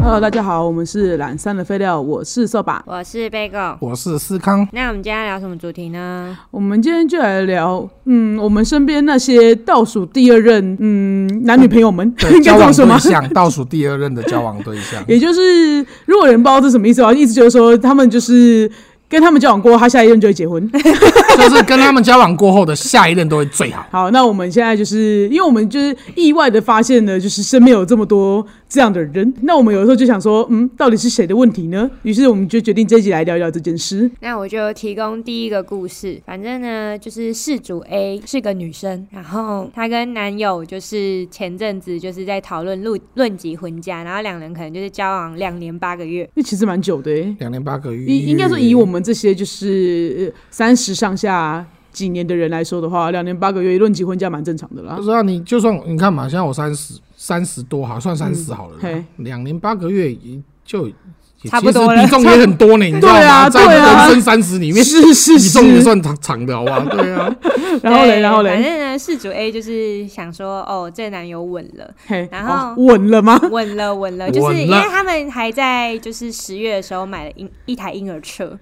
Hello，大家好，我们是懒散的废料，我是扫把。我是贝狗。我是思康，那我们今天要聊什么主题呢？我们今天就来聊，嗯，我们身边那些倒数第二任，嗯，男女朋友们对 应该交这么往说吗，对？象倒数第二任的交往对象 也就是，如果有人不知道这什么意思的话，意思就是说他们就是跟他们交往过，他下一任就会结 婚。就是跟他们交往过后的下一任都会最好。好，那我们现在就是因为我们就是意外的发现了，就是身边有这么多这样的人，那我们有时候就想说，嗯，到底是谁的问题呢？于是我们就决定这一集来聊一聊这件事。那我就提供第一个故事。反正呢，就是事主 A 是个女生，然后她跟男友就是前阵子就是在讨论论论及婚嫁，然后两人可能就是交往两年八个月。那其实蛮久的、欸，两年八个月，应应该说，以我们这些就是呃三十上下几年的人来说的话，两年八个月论及婚嫁蛮正常的啦不。知道你就算你看嘛，现在我三十三十多，好算三十好了嗯嘿啦，两、年八个月也就也差不多了其实比重也很多呢， 你知道对吗？啊在对啊人生三十里面，是是比是重，也算长长的，好吧？对啊，然后嘞，对然后反嘞，正呢，事主 A 就是想说，哦，这男友稳了，嘿，然后哦稳了吗？稳了，稳了，就是稳因了为他们还在就是十月的时候买了婴一台婴儿车，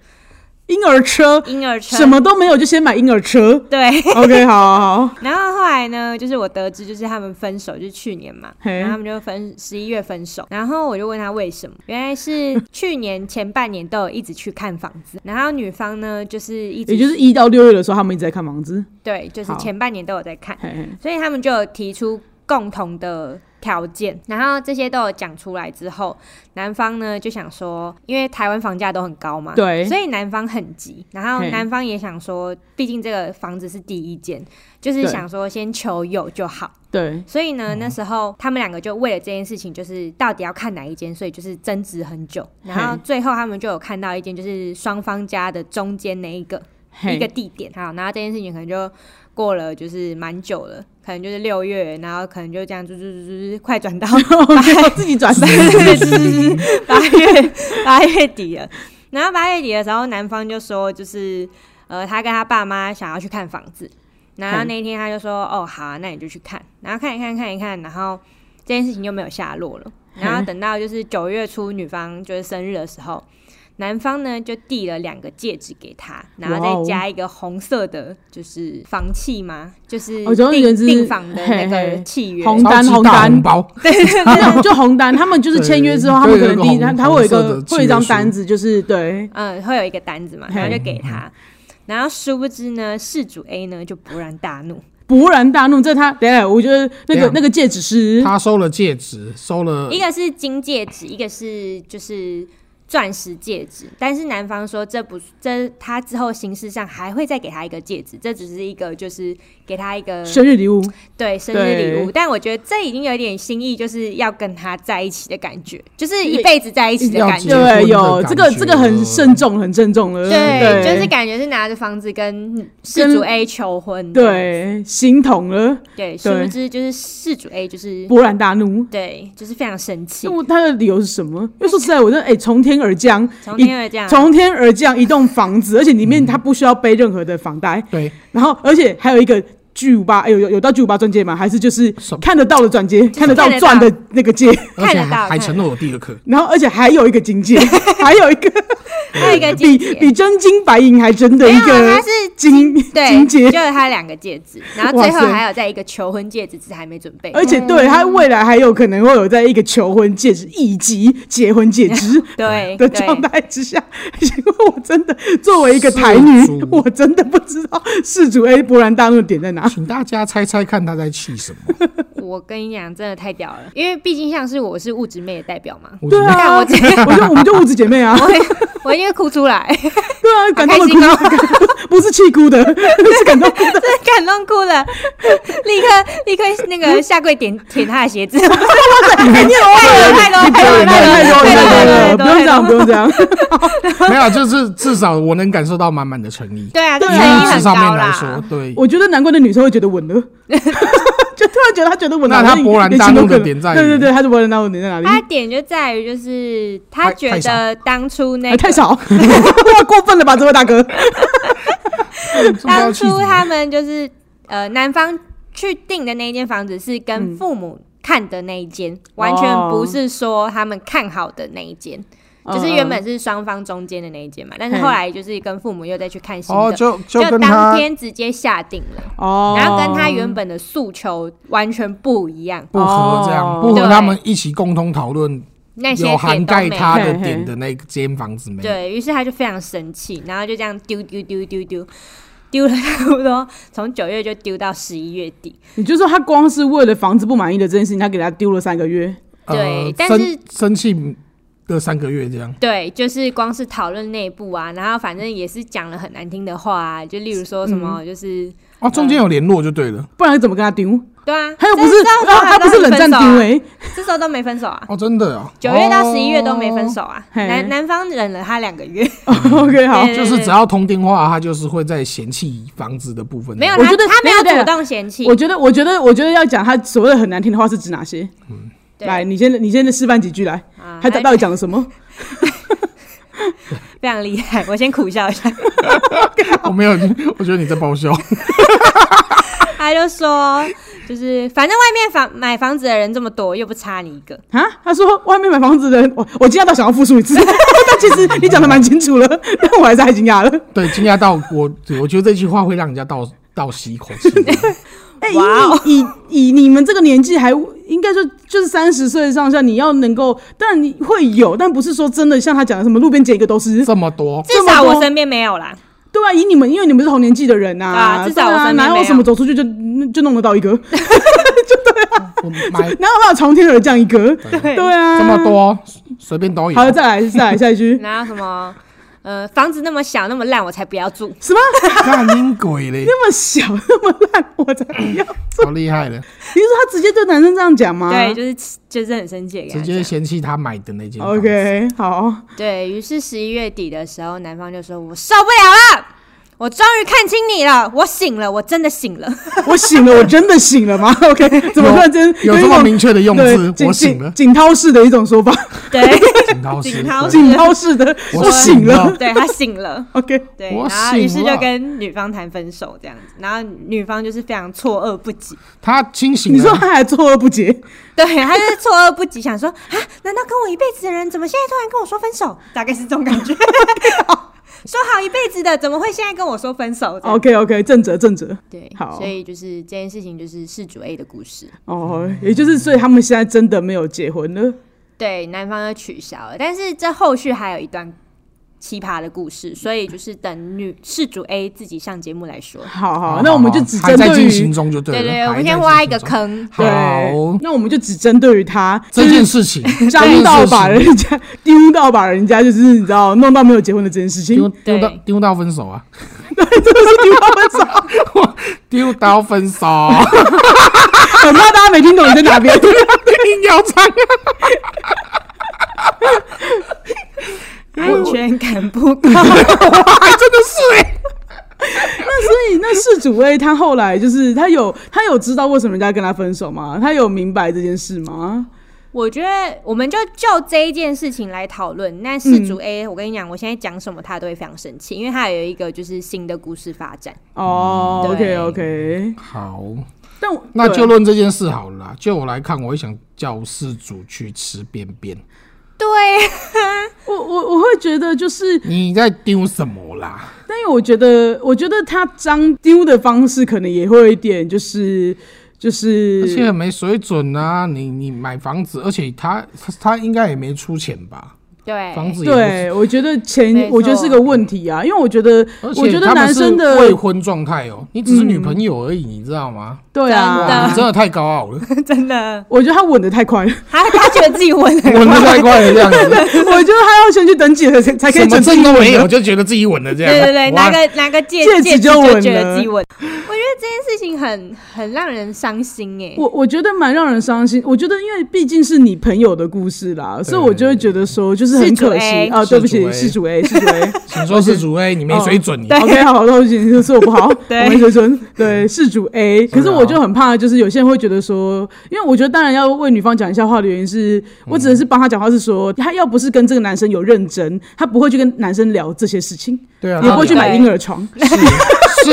婴儿车婴儿车。什么都没有，就先买婴儿车 对， OK，好好好， 然后后来呢，就是我得知就是他们分手，就是去年嘛，嘿然后他们就分十一月分手。然后我就问他为什么，原来是去年前半年都有一直去看房子，然后女方呢就是一直也就是一到六月的时候，他们一直在看房子。对，就是好前半年都有在看，嘿嘿，所以他们就有提出共同的。条件，然后这些都有讲出来之后，男方呢就想说，因为台湾房价都很高嘛，对所以男方很急，然后嘿男方也想说，毕竟这个房子是第一间，就是对想说先求有就好。对，所以嗯呢，那时候他们两个就为了这件事情，就是到底要看哪一间，所以就是争执很久。然后嘿最后他们就有看到一间，就是双方家的中间那一个 一个嘿，地点。好，然后这件事情可能就过了，就是蛮久了，可能就是六月，然后可能就这样，就就就就快转到 自己转 八单。月八月八月底了。然后八月底的时候，男方就说，就是呃，他跟他爸妈想要去看房子。然后那一天他就说，哦，好、啊，那你就去看。然后看一看，看一看，然后这件事情就没有下落了。嗯然后等到就是九月初女方就是生日的时候，男方呢就递了两个戒指给她，然哇后哦再加一个红色的，就是房契吗？就是哦总而言订之订房的那嘿个嘿契约， 红单超级大红单红包，那就红单，他们就是签约之后，他们可能第一，对他有他会有一一个红红色个的契约会有一张书单子，就是对，嗯，会有一个单子嘛，然后嘿就给他。然后殊不知呢，事主 A 呢就勃然大怒，勃然大怒。这他等一下，我觉得那等一个下那个戒指是他收了戒指，收了一个是金戒指，一个是就是钻石戒指，但是男方说这不这他之后形式上还会再给他一个戒指，这只是一个就是给他一个生日礼物。对生日礼物，对但我觉得这已经有点心意，就是要跟他在一起的感觉，就是一辈子在一起的要感结觉。对，婚的有感这个觉这个很了慎重，很慎重了。对，对，就是感觉是拿着房子跟事主 A 求婚。对形同了，对，殊不对知就是事主 A 就是勃然大怒。对，就是非常生气那，我他的理由是什么？因为说实在，我真的哎，从天而降，从天而降，从天而降一栋房子，而且里面他不需要背任何的房贷，对然后而且还有一个巨无霸，哎有有有到巨无霸钻戒吗？还是就是什么看得到的钻戒，看得到看得到钻的那个戒，而且看得到看还还得到承诺我第二颗，然后而且还有一个金戒，还有一个还有一个比戒指，比真金白银还真呃的没一有啊，个它是金对，金戒，就是他两个戒指，然后最哇塞后哎还有在一个求婚戒指，只是还没准备。而且对他未来还有可能会有在一个求婚戒指以及结婚戒指对 的嗯对，状态之下， 因为我真的作为一个台女世主，我真的不知道事主 A 勃然大怒的点在 哪。请大家猜猜看他在气什么？我跟你讲，真的太屌了，因为毕竟像是我是物质妹的代表嘛， 我对觉得啊，看我我这就我 们就五指姐妹 啊，我会我一定会哭出来， 对啊，感动的开哦哭， 不是气哭的，是感 动哭的。感动哭了，立刻立刻那个下跪点舔他的鞋子， 哎你好太多太多太太多多太太多太多太多多，不用这样，不用这样。 没有，就是至少我能感受到满满的诚意。对啊，对诚啊意是很上高面来说啦，，对。我觉得难怪那女生会觉得稳了， 就突然觉得她觉得稳了。那她勃然大怒的点在于对对对，她的勃然大怒的点在哪里？哎他点就在于就是他太觉太少哎得当初那还个太少， 哇，过分了吧，这位大哥？嗯当初他们就是呃，男方去订的那一间房子是跟父母看的那一间，完全哦不是说他们看好的那一间。就是嗯原嗯本是双方中间的那一间嘛，但是后来就是跟父母又再去看新的，哦，就就就跟当他天直接下定了，哦，然后跟他原本的诉求完全不一样，不合这样，哦不和他对们一起共同讨论那些有涵点都盖没他有。的嘿嘿点的那间房子没有？对于是他就非常生气，然后就这样丢丢丢丢丢。丢了差不多，从九月就丢到十一月底，你就说他光是为了房子不满意的这件事情，他给他丢了三个月。呃对但生是生气的三个月这样，对，就是光是讨论内部啊，然后反正也是讲了很难听的话啊，就例如说什嗯么，就是、哦，中间有联络就对了，不然怎么跟他丢？对啊，他又这不是，这时候啊、他还不是都没冷分战手丢啊哎、这时候都没分手啊，哦，真的啊，九月到哦十一月都没分手，啊，嘿南南方忍了他两个月， 嗯 OK，好，对就是只要通电话，他就是会在嫌弃房子的部分没有，我他觉得他没有对对对主动嫌弃我，觉得，我觉得，我觉得要讲他所谓的很难听的话是指哪些？对来，你先，你先示范几句来，啊他到底讲了什么？非常厉害，我先苦笑一下。 我没有，我觉得你在 报销。他就说，就是反正外面房买房子的人这么多，又不差你一个。啊？他说外面买房子的人，我我惊讶到想要复述一次， 但其实你讲的蛮清楚了，但我还是太惊讶了。对，惊讶到我，我觉得这句话会让人家倒倒吸一口 气。哎、哇哦以你以以你们这个年纪还，应该说就是三十岁上下，你要能够，当然你会有，但不是说真的像他讲的什么路边捡一个都是。这么多，至这么少多我身边没有啦，对啊，以你们，因为你们是同年纪的人呐、啊至少对我啊，身边哪没有有什么走出去就就弄得到一个， 我买哪有办法从天而降一个？对对啊，这么多，随便都有。好，再来，再来下一 句。然后什么，呃，房子那么小那么烂，我才不要住。什么干你 鬼嘞，那么小那么烂，我才不要！好厉害的，你是说他直接对男生这样讲吗？对，就是就是很生气的直感接觉。嫌弃他买的那间房子。 ，OK，好，对于是十一月底的时候，男方就说：“我受不了了，我终于看清你了，我醒了，我真的醒了。”我醒了，我真的醒了吗？OK，怎 么突然真有一这种么明确的用对字？景我醒了景，景涛式的一种说 法，对，景涛是景涛景涛式的，我我醒醒了了。对他醒了。 OK，对，我然后于是醒就了跟女方谈分手这样子，然后女方就是非常错愕不及，他清醒你说哦了，他还错愕不解， 对，他就是错愕不及，想说啊，难道跟我一辈子的人，怎么现在突然跟我说分手？大概是这种感觉。哦说好一辈子的，怎么会现在跟我说分手这样 OK OK，正则正则对，哦好所以就是这件事情就是事主 A 的故事。哦，也就是所以他们现在真的没有结婚了。对，男方又取消了，但是这后续还有一段奇葩的故事，所以就是等女事主 A 自己上节目来说。好好好，那我们就只还针在对进行于中就对对了。对，我还们在先挖一进个行中。坑。对好，，那我们就只针对于他这就是件 事情，这件张事到情把人家丢到把人家就是你知道弄到没有结婚的这件事情丢，丢到对丢到 分手啊，真的是丢到分手， 丢到分手， 很怕大家没听懂你在哪边。 硬要唱。啊安全感不够。欸那所以那事主 A 他后来就是他有他有知道为什么人家跟他分手吗？他有明白这件事吗？我觉得我们就就这一件事情来讨论。那事主 A，、我跟你讲，我现在讲什么他都会非常生气，因为他有一个就是新的故事发展。哦、嗯 o 对 k OK，好，但我那就对论这件事好了啦。就我来看，我也想叫事主去吃便便。对，我我我会觉得就是，你在丢什么啦？但因为我觉得我觉得他张丢的方式可能也会有一点就是就是，而且很没水准啊！你你买房子，而且他他他应该也没出钱吧？对， 房子也不是，哎对，我觉得钱没我觉得错是个问题啊，因为我觉得而我觉且得他们男是生的未婚状态哦，你只是女朋友而已，你知道吗？对真啊的，哇，你真的太高傲了，真的，我觉得他稳的太快了， 他他觉得自己稳了。稳的太快了，这样子，我觉得他要先去登记了才才可什以么整证自己都稳没的有，就觉得自己稳了这样。对对对， 哇拿个拿个戒戒指指就稳了觉得自己稳。我觉得这件事情很很让人伤心哎、我我觉得蛮让人伤心，我觉得因为毕竟是你朋友的故事啦，所以我就会觉得说就是很可事主 A 惜啊，对不事主起， A 事主 A，事主 A 请说是主 A，你没水准，你对 OK，好，对不起，就是我不好， 对我没水准，对，事主 A。可是啊我就很怕，就是有些人会觉得说，因为我觉得当然要为女方讲一下话的原因是，我只能是帮她讲话，是说她要不是跟这个男生有认真，她不会去跟男生聊这些事情，对啊，也不会去对买婴儿床。是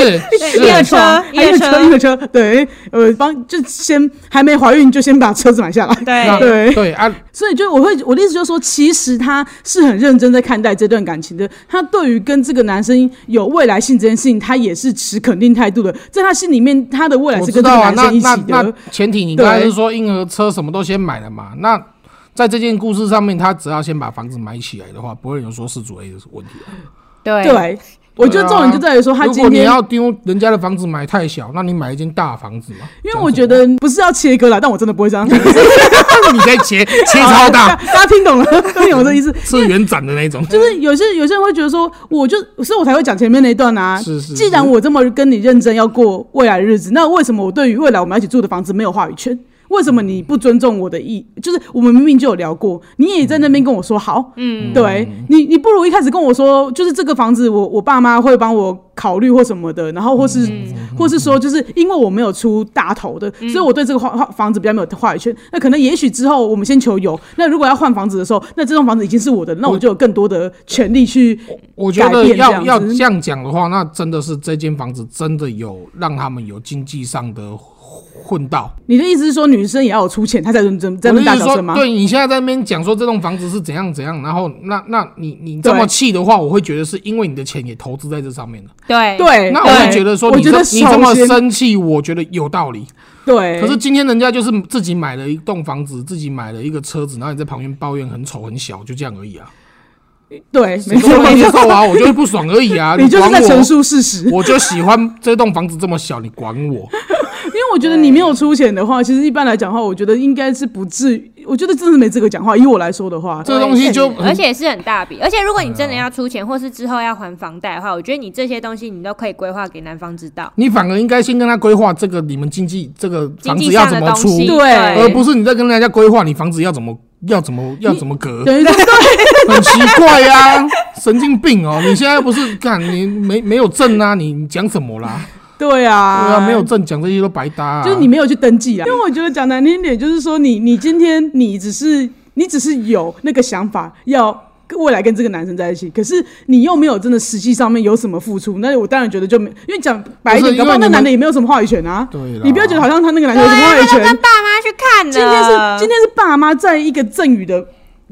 是一二是，车还有一个车，车一个车，对，呃，帮就先还没怀孕就先把车子买下来，那对，对对啊，所以就我会我的意思就是说，其实他是很认真在看待这段感情的。他对于跟这个男生有未来性这件事情，他也是持肯定态度的。在他心里面，他的未来我是知跟这个道啊，男那生一那起那的。前提你对刚才是说婴儿车什么都先买了嘛？那在这件故事上面，他只要先把房子买起来的话，不会有人说是主 A 的问题啊。对对，我觉得重点就在于说，他如今果你天，要丢人家的房子买太小，那你买一间大房子嘛。因为我 觉得不是要切割啦，但我真的不会这样。 你可以切切超 大，大家听懂了，听懂我的意思。是圆展的那种。就是有些有些人会觉得说，我就所以我才会讲前面那一段啊。是是是既然我这么跟你认真要过未来的日子，那为什么我对于未来我们要一起住的房子没有话语权？为什么你不尊重我的意？就是我们明明就有聊过，你也在那边跟我说好，嗯，对你，你不如一开始跟我说，就是这个房子我我爸妈会帮我考虑或什么的，然后或是、嗯或是说，就是因为我没有出大头的，所以我对这个话话房子比较没有话语权。那可能也许之后我们先求有，那如果要换房子的时候，那这栋房子已经是我的，那我就有更多的权利去我觉改得变要这要样子这样讲的话，那真的是这间房子真的有让他们有经济上的混到。你的意思是说，女生也要有出钱，她才能这这我么的意大思小说声，吗？对你现在在那边讲说这栋房子是怎样怎样，然后那那你你这么对气的话，我会觉得是因为你的钱也投资在这上面了。对对，那我会觉得说我你觉这得你这么首先生气，我觉得有道理。对，可是今天人家就是自己买了一栋房子，自己买了一个车子，然后你在旁边抱怨很丑很小，就这样而已啊。对，没我错，不没接错，受啊，我就是不爽而已啊。 你就是管在我陈述事实。 我就喜欢这栋房子这么小，你管我？因为我觉得你没有出钱的话，其实一般来讲的话，我觉得应该是不至于。我觉得真的没资格讲话。以我来说的话，这个东西就很嗯而且是很大笔，而且如果你真的要出钱，或是之后要还房贷的话，我觉得你这些东西你都可以规划给男方知道。你反而应该先跟他规划这个你们经济这个经房济子要上怎的么东出，西，对而不是你在跟人家规划你房子要怎么要怎么要怎么隔，等于 是啊很奇怪呀、 神经病哦！你现在不是干你没没有证啊？你你讲什么啦？对啊，对啊，没有证讲这些都白搭、啊。就是你没有去登记啊。因为我觉得讲难听点，就是说你你今天你只是你只是有那个想法要。跟未来跟这个男生在一起，可是你又没有真的实际上面有什么付出，那我当然觉得就没，因为讲白一不点，是搞不好因为那你们男的也没有什么话语权啊。对啦你不要觉得好像他那个男生有什么话语他都权跟，爸妈去看了。今天是今天是爸妈在一个赠予的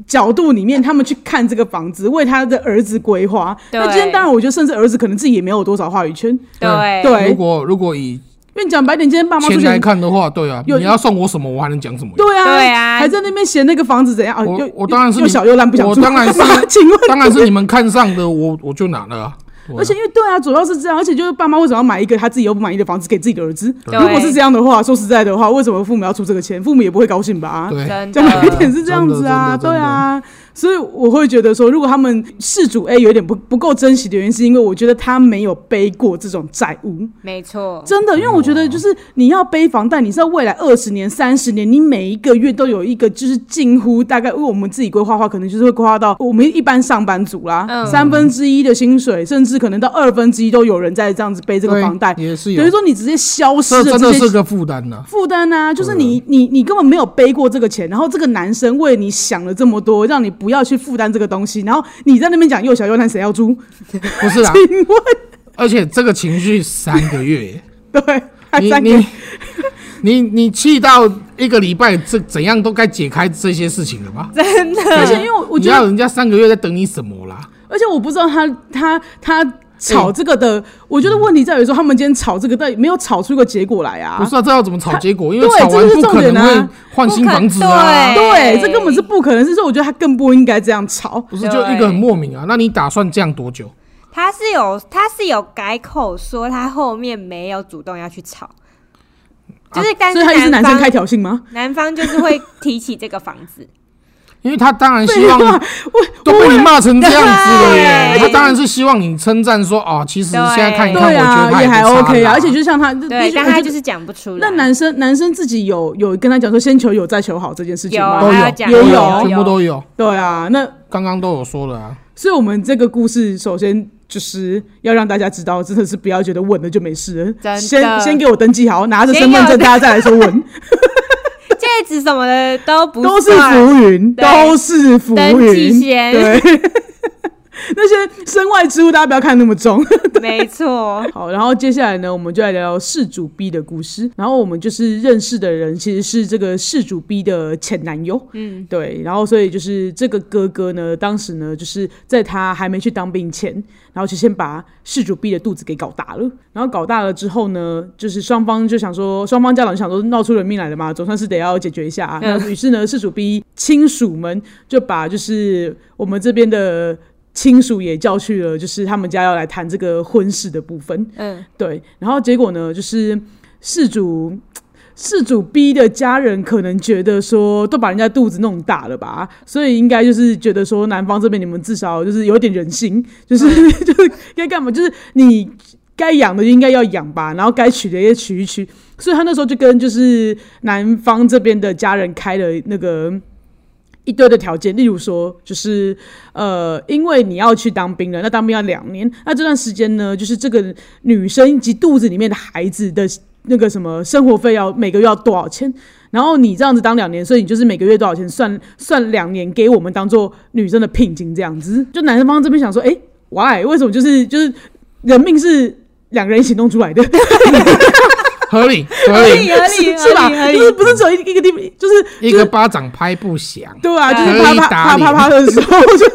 角度里面，他们去看这个房子，为他的儿子规划。对那今天当然，我觉得甚至儿子可能自己也没有多少话语权，对对如果如果以因为你讲白点，今天爸妈出钱来钱，看的话，对啊，有你要送我什么，我还能讲什么？对啊，对啊还在那边嫌那个房子怎样啊？我又我当然是又小又烂，不想我住。当然是干嘛请问，当然是你们看上的，我我就拿了、啊。对啊而且因为对啊，主要是这样，而且就是爸妈为什么要买一个他自己又不满意的房子给自己的儿子？对如果是这样的话，说实在的话，为什么父母要出这个钱？父母也不会高兴吧？对，真讲白一的点是这样子啊，真的真对的啊，所以我会觉得说，如果他们事主 A 有点不不够珍惜的原因，是因为我觉得他没有背过这种债务，没错，真的，因为我觉得就是你要背房贷，你是要未来二十年、三十年，你每一个月都有一个就是近乎大概，因为我们自己规划的话，可能就是会规划到我们一般上班族啦，嗯三分之一的薪水，甚至可能到二分之一都有人在这样子背这个对房贷，也是有等于，说你直接消失这了真这的些是个负担呐。负担啊，就是你你你根本没有背过这个钱，然后这个男生为你想了这么多，让你不要去负担这个东西，然后你在那边讲又小又难，谁要租？不是啊， 请问而且这个情绪三个月耶，对， 还你三个你 你你气到一个礼拜，这怎样都该解开这些事情 了吧？真而且的啊因为我我你觉要得，人家三个月在等你什么啦？而且我不知道他他他吵这个的，我觉得问题在于说他们今天吵这个，但没有吵出个结果来啊。不是啊，这要怎么吵结果？因为对吵完这就是不可重点啊能会换新房子啊不可，对，这根本是不可能，是说我觉得他更不应该这样吵。不是就一个很莫名啊？那你打算这样多久？他是有他是有改口说他后面没有主动要去吵，就是但所以是他意思男生方开挑衅吗？ 男方就是会提起这个房子，因为他当然 希望废话都被啊你骂成这样子了耶，对他当然是希望你称赞说哦，其实现在看一看，我对觉得啊，他也还不差啦 OK 啊，而且就像他，的对，确但我觉他得就是讲不出来。那男生男生自己有有跟他讲说先求有再求好这件事情有吗？都还要有讲都有有全部都有，对啊，那刚刚都有说了啊。所以我们这个故事首先就是要让大家知道，真的是不要觉得稳了就没事真了，的先先给我登记好，拿着身份先给我证大家再来说稳，戒指什么的都不都是算浮云，对都是浮登记云，先对。 那些身外之物大家不要看那么重。没错，好，然后接下来呢，我们就来聊聊事主 B 的故事。然后我们就是认识的人其实是这个事主 B 的前男友，嗯，对。然后所以就是这个哥哥呢，当时呢就是在他还没去当兵前，然后就先把事主 B 的肚子给搞大了。然后搞大了之后呢，就是双方就想说，双方家长想说闹出人命来了嘛，总算是得要解决一下啊。那于是呢，事主 B 亲属们就把就是我们这边的。亲属也叫去了，就是他们家要来谈这个婚事的部分。嗯，对，然后结果呢，就是事主事主 B 的家人可能觉得说，都把人家肚子弄大了吧，所以应该就是觉得说，男方这边你们至少就是有点人性，就是 就是该干嘛，就是你该养的就应该要养吧，然后该娶的也娶一娶，所以他那时候就跟就是男方这边的家人开了那个。一堆的条件，例如说，就是呃，因为你要去当兵了，那当兵要两年，那这段时间呢，就是这个女生以及肚子里面的孩子的那个什么生活费要每个月要多少钱，然后你这样子当两年，所以你就是每个月多少钱算算两年给我们当做女生的聘金这样子，就男方这边想说，哎、w h y 为什么就是就是人命是两个人一起弄出来的，合理合合理，理合理是 是吧？合理就是不是只有一一个地方，就是一个巴掌拍不响。对啊，就是可啪以啪打啪脸啪啪的时候， 就是。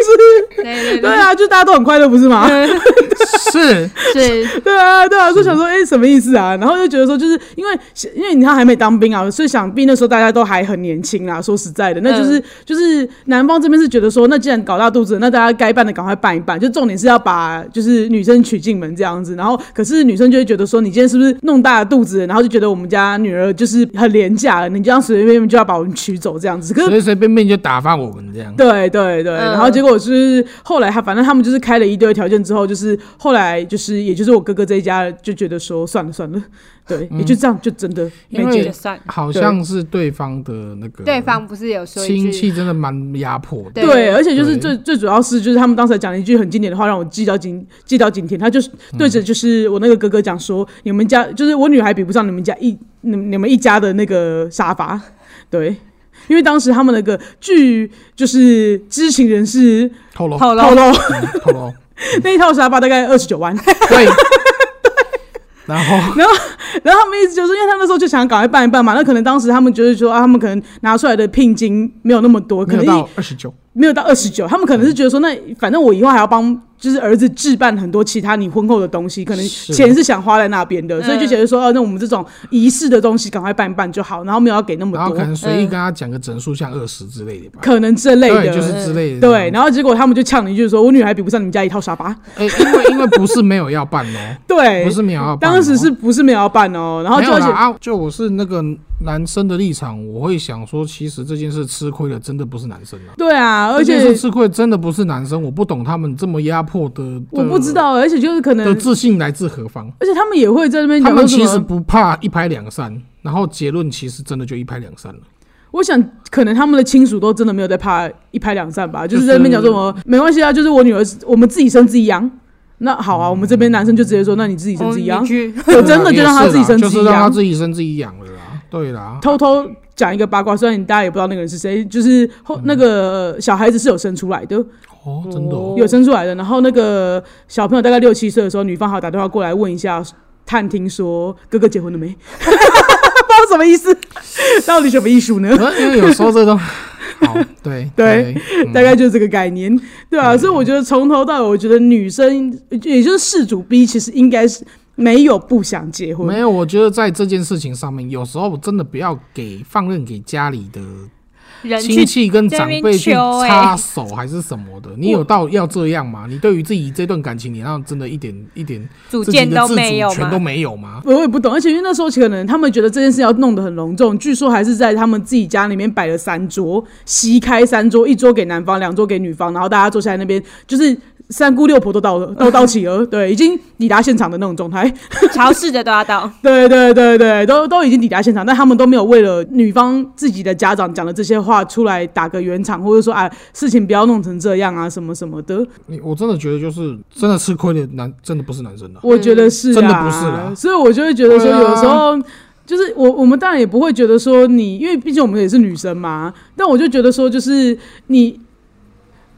对对对啊，就大家都很快乐，不是吗？ 是，对，是 对啊，对啊，就想说，哎、什么意思啊？然后就觉得说，就是因为因为你看还没当兵啊，所以想必那时候大家都还很年轻啊啦。说实在的，那就是、就是男方这边是觉得说，那既然搞大肚子了，那大家该办的赶快办一办，就重点是要把就是女生娶进门这样子。然后可是女生就会觉得说，你今天是不是弄大了肚子了？然后就觉得我们家女儿就是很廉价了，你这样随随便便就要把我们娶走这样子。可是随随便便就打发我们这样。对对对，嗯然后结果是后来他反正他们就是开了一堆条件之后，就是后来就是也就是我哥哥这一家就觉得说算了算了，对，也就这样就真的没因为解就决。算了。好像是对方的那个对方不是有说一亲句，戚真的蛮压迫的，对对，而且就是对最最主要是，就是他们当时还讲了一句很经典的话，让我记到今记到今天。他就是对着就是我那个哥哥讲说，你们家就是我女孩比不上你们家一你们你们一家的那个沙发，对，因为当时他们那个据就是知情人士透露嗯透透露露，透露， 那一套沙发大概二十九万， 对。然后然后他们意思就是，因为他那时候就想赶快办一办嘛，那可能当时他们觉得说啊，他们可能拿出来的聘金没有那么多，可能没有一到嗯二十九，没有到二十九，他们可能是觉得说，那反正我以后还要帮。就是儿子置办很多其他你婚后的东西，可能是钱是想花在那边的，嗯所以就觉得说，哦、那我们这种仪式的东西赶快办一办就好，然后没有要给那么然后多，可可能能随意跟他讲个整数，像二十之类的吧，这类的，对，就是之类的。对。然后结果他们就呛你一句说，我女孩比不上你们家一套沙发，哎，因为因为不是没有要办哦， 对，不是没有要办哦，当时是不是没有要办哦？然后没就有而啦且啊，就我是那个男生的立场，我会想说，其实这件事吃亏的真的不是男生啊，对啊，而这件且事吃亏的真的不是男生，我不懂他们这么压迫的，的我不知道，而且就是可能的自信来自何方。而且他们也会在那边他讲们说什其实么？不怕一拍两散，然后结论其实真的就一拍两散了。我想可能他们的亲属都真的没有在怕一拍两散吧，就就是是在那边讲说什么没关系啊，就是我女儿我们自己生自己养。那好嗯啊，我们这边男生就直接说，那你自己生哦自己 你养。去我 真的就让他自己生就自己是让他养。自己生自己养了啦。对啦，偷偷讲一个八卦，虽然大家也不知道那个人是谁，就是后那个小孩子是有生出来的，哦，真的、哦，有生出来的。然后那个小朋友大概六七岁的时候，女方好打电话过来问一下，探听说哥哥结婚了没？ 不知道什么意 思，到底什么意思呢？呃因为有时候这种， 好，对 对嗯大概就是这个概念，对啊，所以我觉得从头到尾，我觉得女生，也就是事主 B，其实应该是没有不想结婚没，有，我觉得在这件事情上面，有时候真的不要给放任给家里的人亲去戚跟长辈去在那边欸插手还是什么 的，你有到要这样吗？你对于自己这段感情，你让真的一点一点组自己件的都自没有主权都嘛？没有吗？我也不懂。而且因为那时候可能他们觉得这件事要弄得很隆重，据说还是在他们自己家里面摆了三桌，席开三桌，一桌给男方，两桌给女方，然后大家坐下来那边就是。三姑六婆都到了，都到齐了，对，已经抵达现场的那种状态。超市的都要到，对对对对，都都已经抵达现场，但他们都没有为了女方自己的家长讲的这些话出来打个圆场，或者说啊事情不要弄成这样啊什么什么的，你我真的觉得就是真的吃亏的男，真的不是男生 的、我觉得是、啊真的不是啦所以我就会觉得说对啊有时候。就是我，我们当然也不会觉得说你，因为毕竟我们也是女生嘛。但我就觉得说，就是你，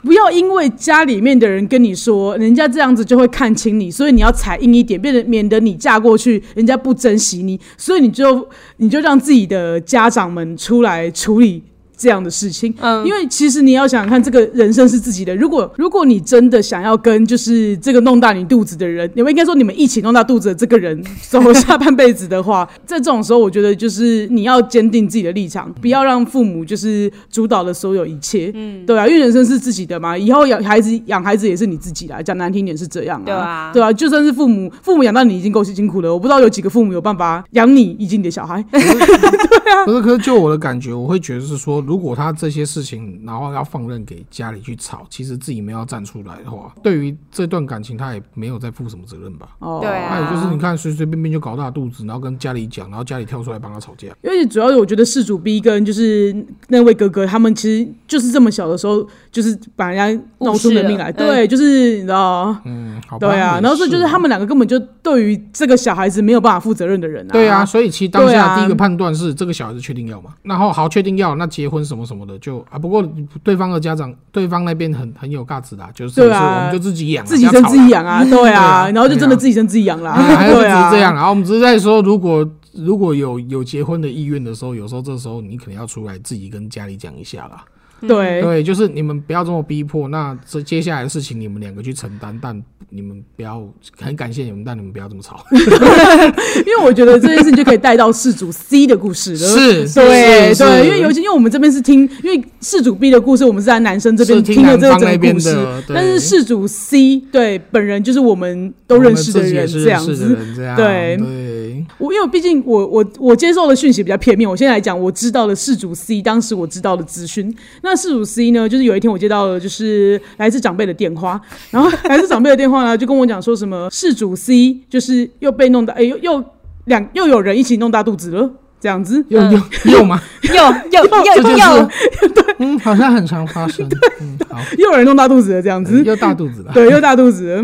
不要因为家里面的人跟你说，人家这样子就会看轻你，所以你要踩硬一点，变得免得你嫁过去，人家不珍惜你，所以你就你就让自己的家长们出来处理这样的事情。嗯因为其实你要想想看，这个人生是自己的。如果如果你真的想要跟就是这个弄大你肚子的人，你们应该说你们一起弄大肚子的这个人走下半辈子的话， 在这种时候，我觉得就是你要坚定自己的立场，不要让父母就是主导了所有一切。嗯，对啊，因为人生是自己的嘛，以后养孩子养孩子也是你自己啦。讲难听点是这样啊，对啊对啊，就算是父母父母养到你已经够辛苦了，我不知道有几个父母有办法养你以及你的小 孩。啊可是，可是就我的感觉，我会觉得是说，如果他这些事情，然后要放任给家里去吵，其实自己没有要站出来的话，对于这段感情，他也没有在负什么责任吧？哦，对啊还有就是，你看随随便便就搞大肚子，然后跟家里讲，然后家里跳出来帮他吵架。因为主要我觉得事主 B 跟就是那位哥哥，他们其实就是这么小的时候，就是把人家闹出人命来，误事了嗯对，就是你知道，嗯，好吧。对啊，然后这就是他们。们两个根本就对于这个小孩子没有办法负责任的人啊，对啊，，所以其实当对下啊第一个判断是这个小孩子确定要嘛，然后好确定要，那结婚什么什么的就啊，不过对方的家长，对方那边很很有尬子的啊，就是说对啊我们就自己养啊，自己不生要吵自己养啊，对对啊啊，然后就真对的啊自己生自己养啦，啊，还有不只对是啊，这样，然后我们只是在说，如果如果有有结婚的意愿的时候，有时候这时候你可能要出来自己跟家里讲一下啦。嗯对，对，就是你们不要这么逼迫，那这接下来的事情你们两个去承担，但你们不要很感谢你们，但你们不要这么吵。因为我觉得这件事情就可以带到事主 C 的故事了。 是对是是对，因为尤其因为我们这边是听，因为事主 B 的故事，我们是在男生这是边听了男这个方整那个边故事的，对但是事主 C 对本人就是我们都认识的我人们自己这也样是认识子的。人这样，对对，我因为毕竟我我我接受的讯息比较片面，我先来讲我知道的事主 C 当时我知道的资讯。那事主 C 呢，就是有一天我接到了就是来自长辈的电话，然后来自长辈的电话呢就 跟我讲说什么事主 C 就是又被弄到，哎、又又两又有人一起弄大肚子了。这样子，又 又又吗？ 又 又这就又又是，嗯，好像很常 发生，嗯，好，又有人弄大肚子了，这样子，又大肚子 了，对，又大肚子了。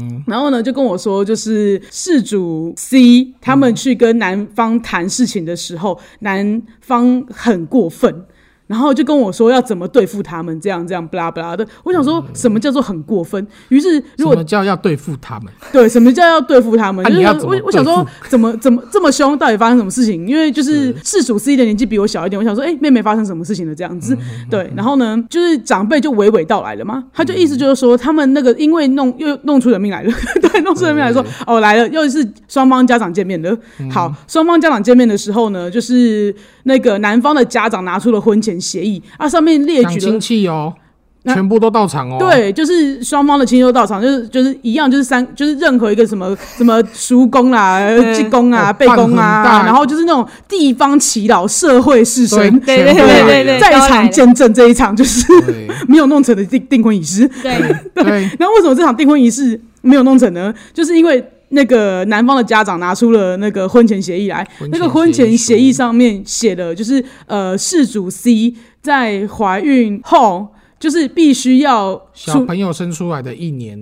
嗯，然后呢，就跟我说，就是事主 C 他们去跟男方谈事情的时候，男方很过分，然后就跟我说要怎么对付他们，这样这样，不拉不拉的。我想说，什么叫做很过分？于是，什如果么叫要对付他们？ 对，什么叫要对付他们？啊就是你要说怎么我我想对说付，怎么怎么这么凶？到底发生什么事情？因为就是事主 C 的年纪比我小一点，我想说，哎、妹妹发生什么事情了？这样嗯子，对。然后呢，就是长辈就娓娓道来了嘛，他就意思就是说，他们那个因为弄又弄出人命来了， 对，弄出人命来说，哦来了，又是双方家长见面的。嗯好，双方家长见面的时候呢，就是那个男方的家长拿出了婚前协议，啊，上面列讲举了亲戚哦，那全部都到场哦，。对，就是双方的亲友到场，就是就是一样，就是三，就是任何一个什么 什么叔公啦、继公啊、哦辈公办很啊，大然后就是那种地方祈祷、社会式神对对全部对来对了对在都来场了见证这一场，就是对没有弄成的订订婚仪式。对，对，那为什么这场订婚仪式没有弄成呢？就是因为那个男方的家长拿出了那个婚前协议来，婚前那个婚前协议书上面写的，就是呃，事主 C 在怀孕后。就是必须要小出朋友生出来的一年，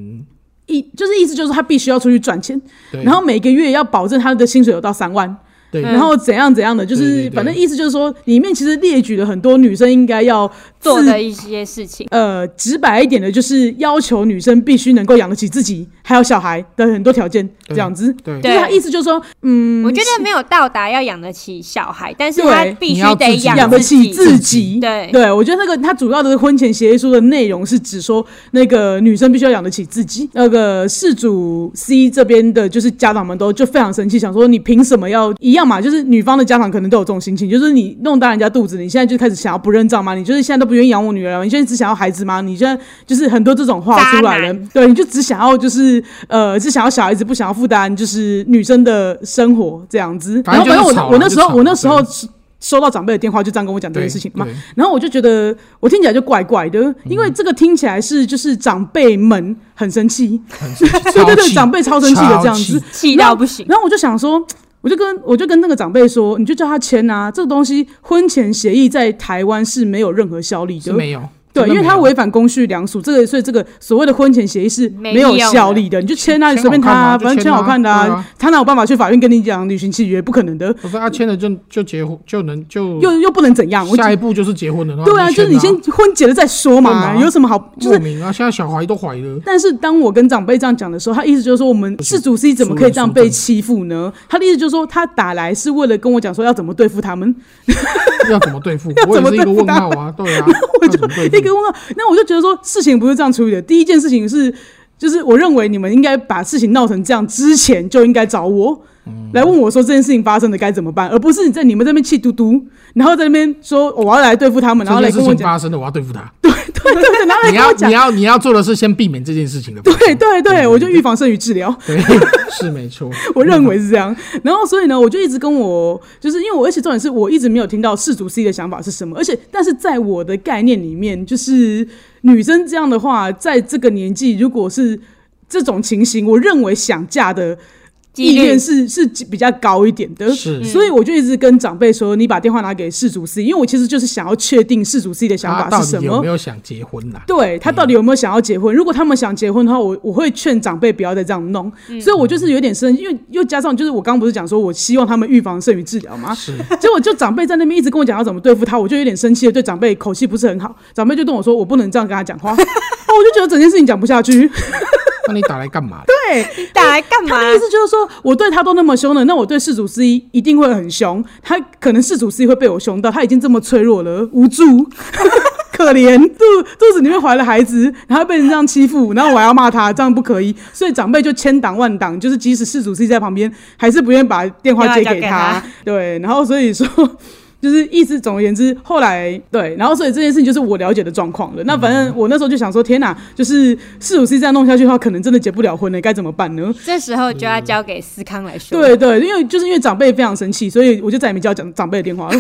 一就是意思就是他必须要出去赚钱，对，然后每个月要保证他的薪水有到三万，对，然后怎样怎样的，就对对是对反正意思就是说，里面其实列举了很多女生应该要自做的一些事情，呃直白一点的，就是要求女生必须能够养得起自己，还有小孩的很多条件，这样子。对就对是他意思就是说，嗯我觉得没有到达要养得起小孩，但是对他必你须要得自己养养得己起自己己。对对，我觉得那个他主要的婚前协议书的内容是指说，那个女生必须要养得起自己。那个事主 C 这边的，就是家长们都就非常生气，想说你凭什么要一样嘛？就是女方的家长可能都有这种心情，就是你弄大人家肚子，你现在就开始想要不认账吗？你就是现在都不愿意养我女儿了，你现在只想要孩子吗？你现在就是很多这种话出来渣了男，对，你就只想要就是呃，只想要小孩子，不想要负担就是女生的生活这样子。反然后正就反正是我吵那啦我那时候就吵我那时候对收到长辈的电话，就这样跟我讲这对件事情嘛。对然后我就觉得我听起来就怪怪的，因为这个听起来是就是长辈们很生气， 对对对，长辈超生气的这样子。，气到不行。然后我就想说，我就跟我就跟那个长辈说，你就叫他签啊，这个东西婚前协议在台湾是没有任何效力是的。没有，对，真的因为它没有违反公序良俗，这个所以这个所谓的婚前协议是没没有利用效的力的，你就签啊，你签随便好他看啊，嘛就反正签签好啊看的对啊啊，他哪有办法去法院跟你讲履行契约？不可能的，我说啊，签了就就结婚就能就又又不能怎样，我下一步就是结婚的话，对啊，那就是签你先婚结了再说干嘛，嘛有什么好就莫是。名啊，现在小孩都怀了，但是当我跟长辈这样讲的时候，他意思就是说，我们世主 C 怎么可以这样被欺负呢？他的意思就是说，他打来是为了跟我讲说要怎么对付他们， 要怎么对付 要？我怎么也是一个对付问他号 啊，对啊，我要就怎么对付一个问号。那我就觉得说，事情不是这样处理的。第一件事情是，就是我认为你们应该把事情闹成这样之前就应该找我。嗯来问我说这件事情发生的该怎么办，而不是你在你们这边气嘟嘟，然后在那边说哦我要来对付他们，然后这来件事跟我情讲，发生了，我要对付他。对对对，然后来你跟要我讲你，要你要做的是先避免这件事情 的发生。对对对，我就预防胜于治疗。对， 是没错。 我认为是这样。然后所以呢，我就一直跟我，就是因为我，而且重点是我一直没有听到世俗 C 的想法是什么。而且，但是在我的概念里面，就是女生这样的话，在这个年纪，如果是这种情形，我认为想嫁的意几率嗯愿是是比较高一点的。是所以我就一直跟长辈说，你把电话拿给世主 C，因为我其实就是想要确定世主 C 的想他法到是底什有么没。有想结婚啊啦？对他到底有没有想要结婚？如果他们想结婚的话，我我会劝长辈不要再这样弄。所以我就是有点生气，因为又加上就是我刚刚不是讲说我希望他们预防胜于治疗吗？是，结果就长辈在那边一直跟我讲要怎么对付他，我就有点生气了，对长辈口气不是很好。长辈就跟我说我不能这样跟他讲话，哦，我就觉得整件事情讲不下去。那你打来干 嘛？你打哎来干嘛他？的意思就是说，我对他都那么凶了，那我对事主司仪一定会很凶。他可能事主司仪会被我凶到，他已经这么脆弱了，无助。 可怜肚肚子里面怀了孩子，然后被人这样欺负，然后我还要骂他，这样不可以。所以长辈就千挡万挡，就是即使事主 C 在旁边，还是不愿意把电话接给电话他交给。对，然后所以说，就是意思总而言之，后来对，然后所以这件事情就是我了解的状况了。那反正我那时候就想说，天哪，就是事主 C 这样弄下去的话，可能真的结不了婚了，该怎么办呢？这时候就要交给思康来说。，对对，因为就是因为长辈非常生气，所以我就再也没叫长长辈的电话了，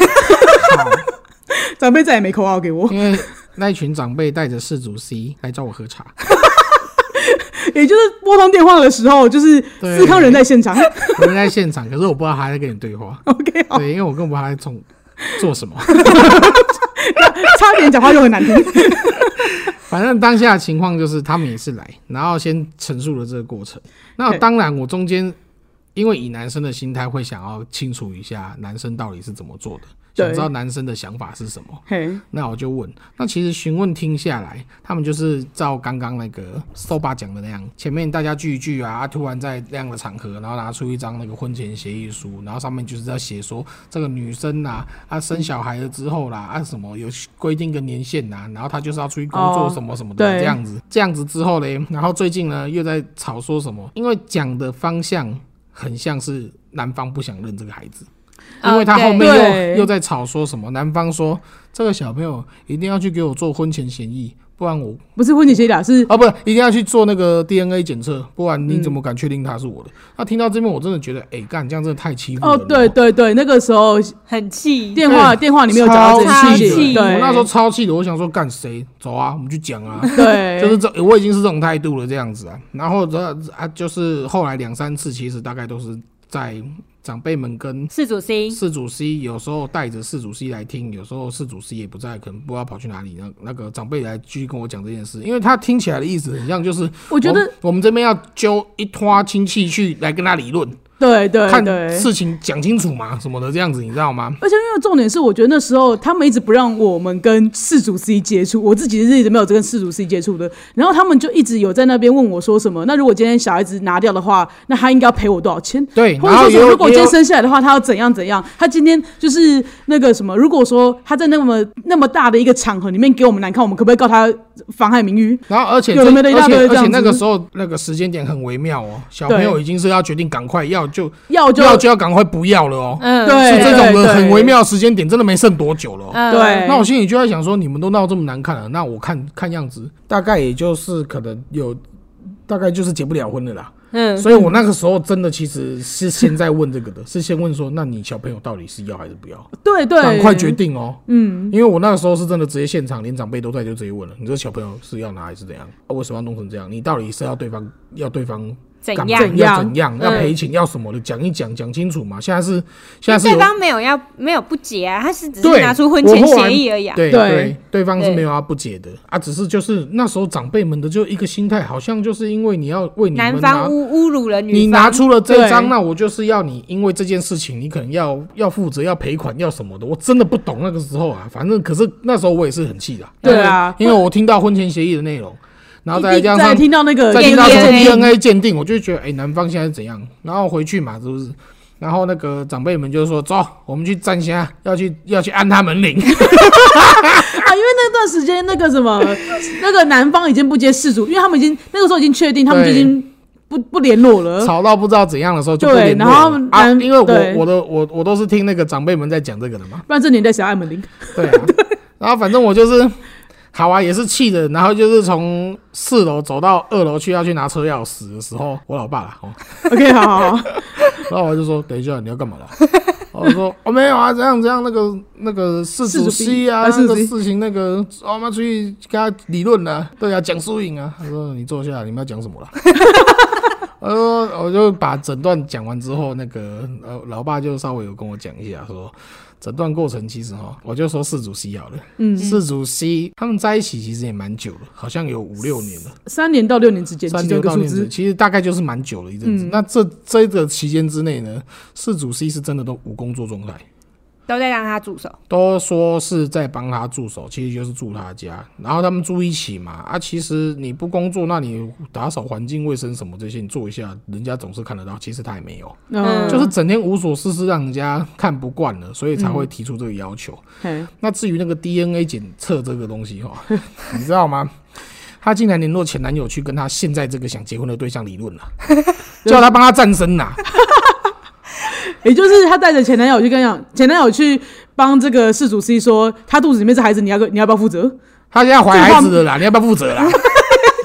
好， 长辈再也没扣号给我。因为那一群长辈带着世主 C 来找我喝茶， 也就是拨通电话的时候，就是对思康人在现场。我人在现场，可是我不知道他在跟你对话。 OK，好，对，因为我根本不知道他在从做什么。差点讲话又很难听。 反正当下的情况就是他们也是来，然后先陈述了这个过程。那对当然，我中间因为以男生的心态会想要清楚一下男生到底是怎么做的，对想知道男生的想法是什么。嘿，那我就问，那其实询问听下来，他们就是照刚刚那个 s 爸讲的那样，前面大家聚一聚啊，啊突然在那样的场合，然后拿出一张那个婚前协议书，然后上面就是要写说这个女生呐、啊，生小孩了之后啦，啊什么有规定个年限呐、然后她就是要出去工作哦什么什么的、对这样子，这样子之后嘞，然后最近呢又在吵说什么，因为讲的方向很像是男方不想认这个孩子。哦因为他后面哦对又、对又在吵说什么，男方说这个小朋友一定要去给我做婚前协议，不然我不是婚前协议啦，是啊不一定要去做那个 DNA 检测，不然你怎么敢确定他是我的？那、听到这边我真的觉得，哎、干这样真的太欺负人了哦，对对对，那个时候很气。电话对电话里面有讲到这超件事气情，的对，我那时候超气的，我想说干谁走啊，我们去讲啊。 对，就是这，我已经是这种态度了，这样子啊。然后这啊，就是后来两三次，其实大概都是在长辈们跟事主 C，事主 C 有时候带着事主 C 来听，有时候事主 C 也不在，可能不知道跑去哪里。那那个长辈来继续跟我讲这件事，因为他听起来的意思很像就是，我觉得我们这边要揪一拖亲戚去来跟他理论，对对看对。事情讲清楚嘛，什么的这样子，你知道吗？而且因为重点是，我觉得那时候他们一直不让我们跟事主 C 接触，我自己是一直没有跟事主 C 接触的。然后他们就一直有在那边问我说什么，那如果今天小孩子拿掉的话，那他应该要赔我多少钱？对，或然者说后也什么，哎有如果今也天有生下来的话，他要怎样怎样？他今天就是那个什么，如果说他在那么那么大的一个场合里面给我们难看，我们可不可以告他妨害名誉？然后而且有这的没的一而大且堆这而样且子那个时候那个时间点很微妙哦，小朋友已经是要决定赶快要就要就要就要赶快不要了哦，嗯，对是这种对对的很微妙的时间点，真的没剩多久了哦。嗯对，那我心里就在想说，你们都闹这么难看了，那我看看样子，大概也就是可能有，大概就是结不了婚的啦。嗯，所以我那个时候真的其实是先在问这个的，是先问说，那你小朋友到底是要还是不要？对对，赶快决定哦。嗯，因为我那个时候是真的直接现场，连长辈都在，就直接问了，你这小朋友是要拿还是怎样？啊为什么要弄成这样？你到底是要对方要对方怎干嘛样？怎要样怎样，要嗯赔钱要什么的，讲一讲，讲清楚嘛。现在是现在啊是对有方没有要没有不解啊，他是只是对拿出婚前我后来协议而已啊。对对对，对方是对没有要不解的啊，只是就是那时候长辈们的就一个心态，好像就是因为你要为你男们方拿，侮侮辱了女方，你拿出了这张，对那我就是要你因为这件事情，你可能要要负责要赔款要什么的，我真的不懂那个时候啊，反正可是那时候我也是很气的，对啊因为我听到婚前协议的内容，然后再一加再上听到那个再听到这这个个 DNA DNA 鉴定，我就觉得哎、男方现在是怎样？然后回去嘛，是不是？然后那个长辈们就说：“走，我们去站下，要去要去按他门铃。啊，因为那段时间那个什 么，那个男方已经不接事主，因为他们已经那个时候已经确定，他们就已经不不联络了。吵到不知道怎样的时候就不呃对联络然后了啊，男因为对我我的我我都是听那个长辈们在讲这个的 嘛，不然这年代谁要按门铃？对啊，然后反正我就是好啊，也是气的，然后就是从四楼走到二楼去要去拿车钥匙的时候，我老爸啦，哦， OK，好好好，然后我就说等一下你要干嘛啦？然后我说哦没有啊，怎样怎样那个那个事主 C 啊，事主 C 那个事情那个哦我们出去跟他理论了、啊，对啊，讲输赢啊。他说你坐下，你们要讲什么啦？ 我说我就把诊断讲完之后，那个呃老爸就稍微有跟我讲一下说。诊断过程其实哈，我就说事主 C 好了，嗯，事主 C 他们在一起其实也蛮久了，好像有五六年了。三年到六年之间，三其中六一个到数六年，字。嗯其实大概就是蛮久了一阵子。那这这个期间之内呢，事主 C 是真的都无工作状态，都在让他住手。都说是在帮他助手，其实就是住他家，然后他们住一起嘛。啊，其实你不工作，那你打扫环境卫生什么这些你做一下，人家总是看得到。其实他也没有，嗯，就是整天无所事事，让人家看不惯了，所以才会提出这个要求。嘿那至于那个 DNA 检测这个东西哈， 你知道吗？她竟然联络前男友去跟她现在这个想结婚的对象理论 了，叫他帮她战啊身呐。也就是她带着前男友去跟她讲，前男友去帮这个事主 C 说，她肚子里面是孩子，你要你要不要负责？她现在怀孩子了啦，你要不要负责啦？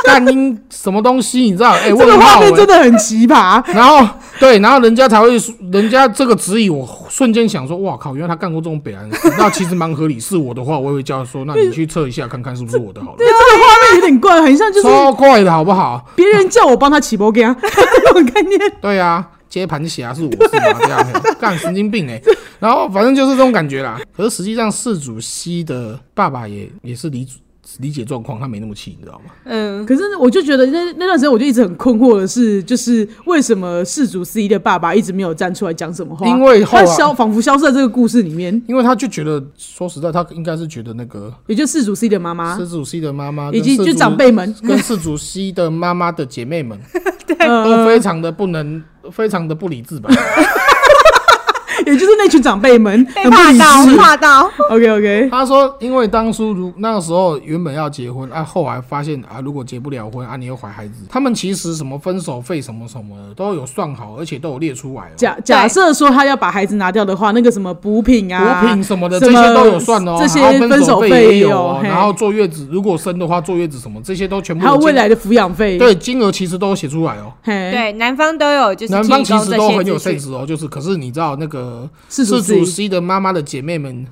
但你什么东西你知道？哎、这个问画号、面真欸。的很奇葩。然后对，然后人家才会说，人家这个质疑，我瞬间想说，哇靠，原来他干过这种北岸，那其实蛮合理。是我的话，我也会叫他说，那你去测一下看看是不是我的好了对，，这个画面有点怪，很像就是超怪的好不好？别人叫我帮他起波给啊， 那种概念。对啊，接盘侠是我是吗？这样嘿干神经病哎、然后反正就是这种感觉啦。可是实际上，事主西的爸爸也也是理理解状况，他没那么气，你知道吗？嗯，可是我就觉得那那段时间我就一直很困惑的是，就是为什么事主 C 的爸爸一直没有站出来讲什么话？因为后他来消仿佛消失在这个故事里面，因为他就觉得，说实在，他应该是觉得那个也就是事主 C 的妈妈事主西的妈妈以及啊跟事啊就主长辈们，跟事主西的妈妈的姐妹们 都呃，非常的不能，非常的不理智吧。也就是那群长辈们被很不骂理到 智。骂到， OK OK， 他说，因为当初如那个时候原本要结婚，啊，后来发现啊，如果结不了婚啊，你又怀孩子，他们其实什么分手费什么什么的都有算好，而且都有列出来、哦。假假设说他要把孩子拿掉的话，那个什么补品啊，补品什么的，什这么些都有算哦。这些然后分手费费也也有哦，有嘿然后坐月子，如果生的话，坐月子什么，这些都全部还有金未来的抚养费，对金额其实都有写出来哦。嘿，对，男方都有就是男提方供其实这都些很有资 sense 讯哦，就是可是你知道那个事主是 C 主 C 的妈妈的姐妹们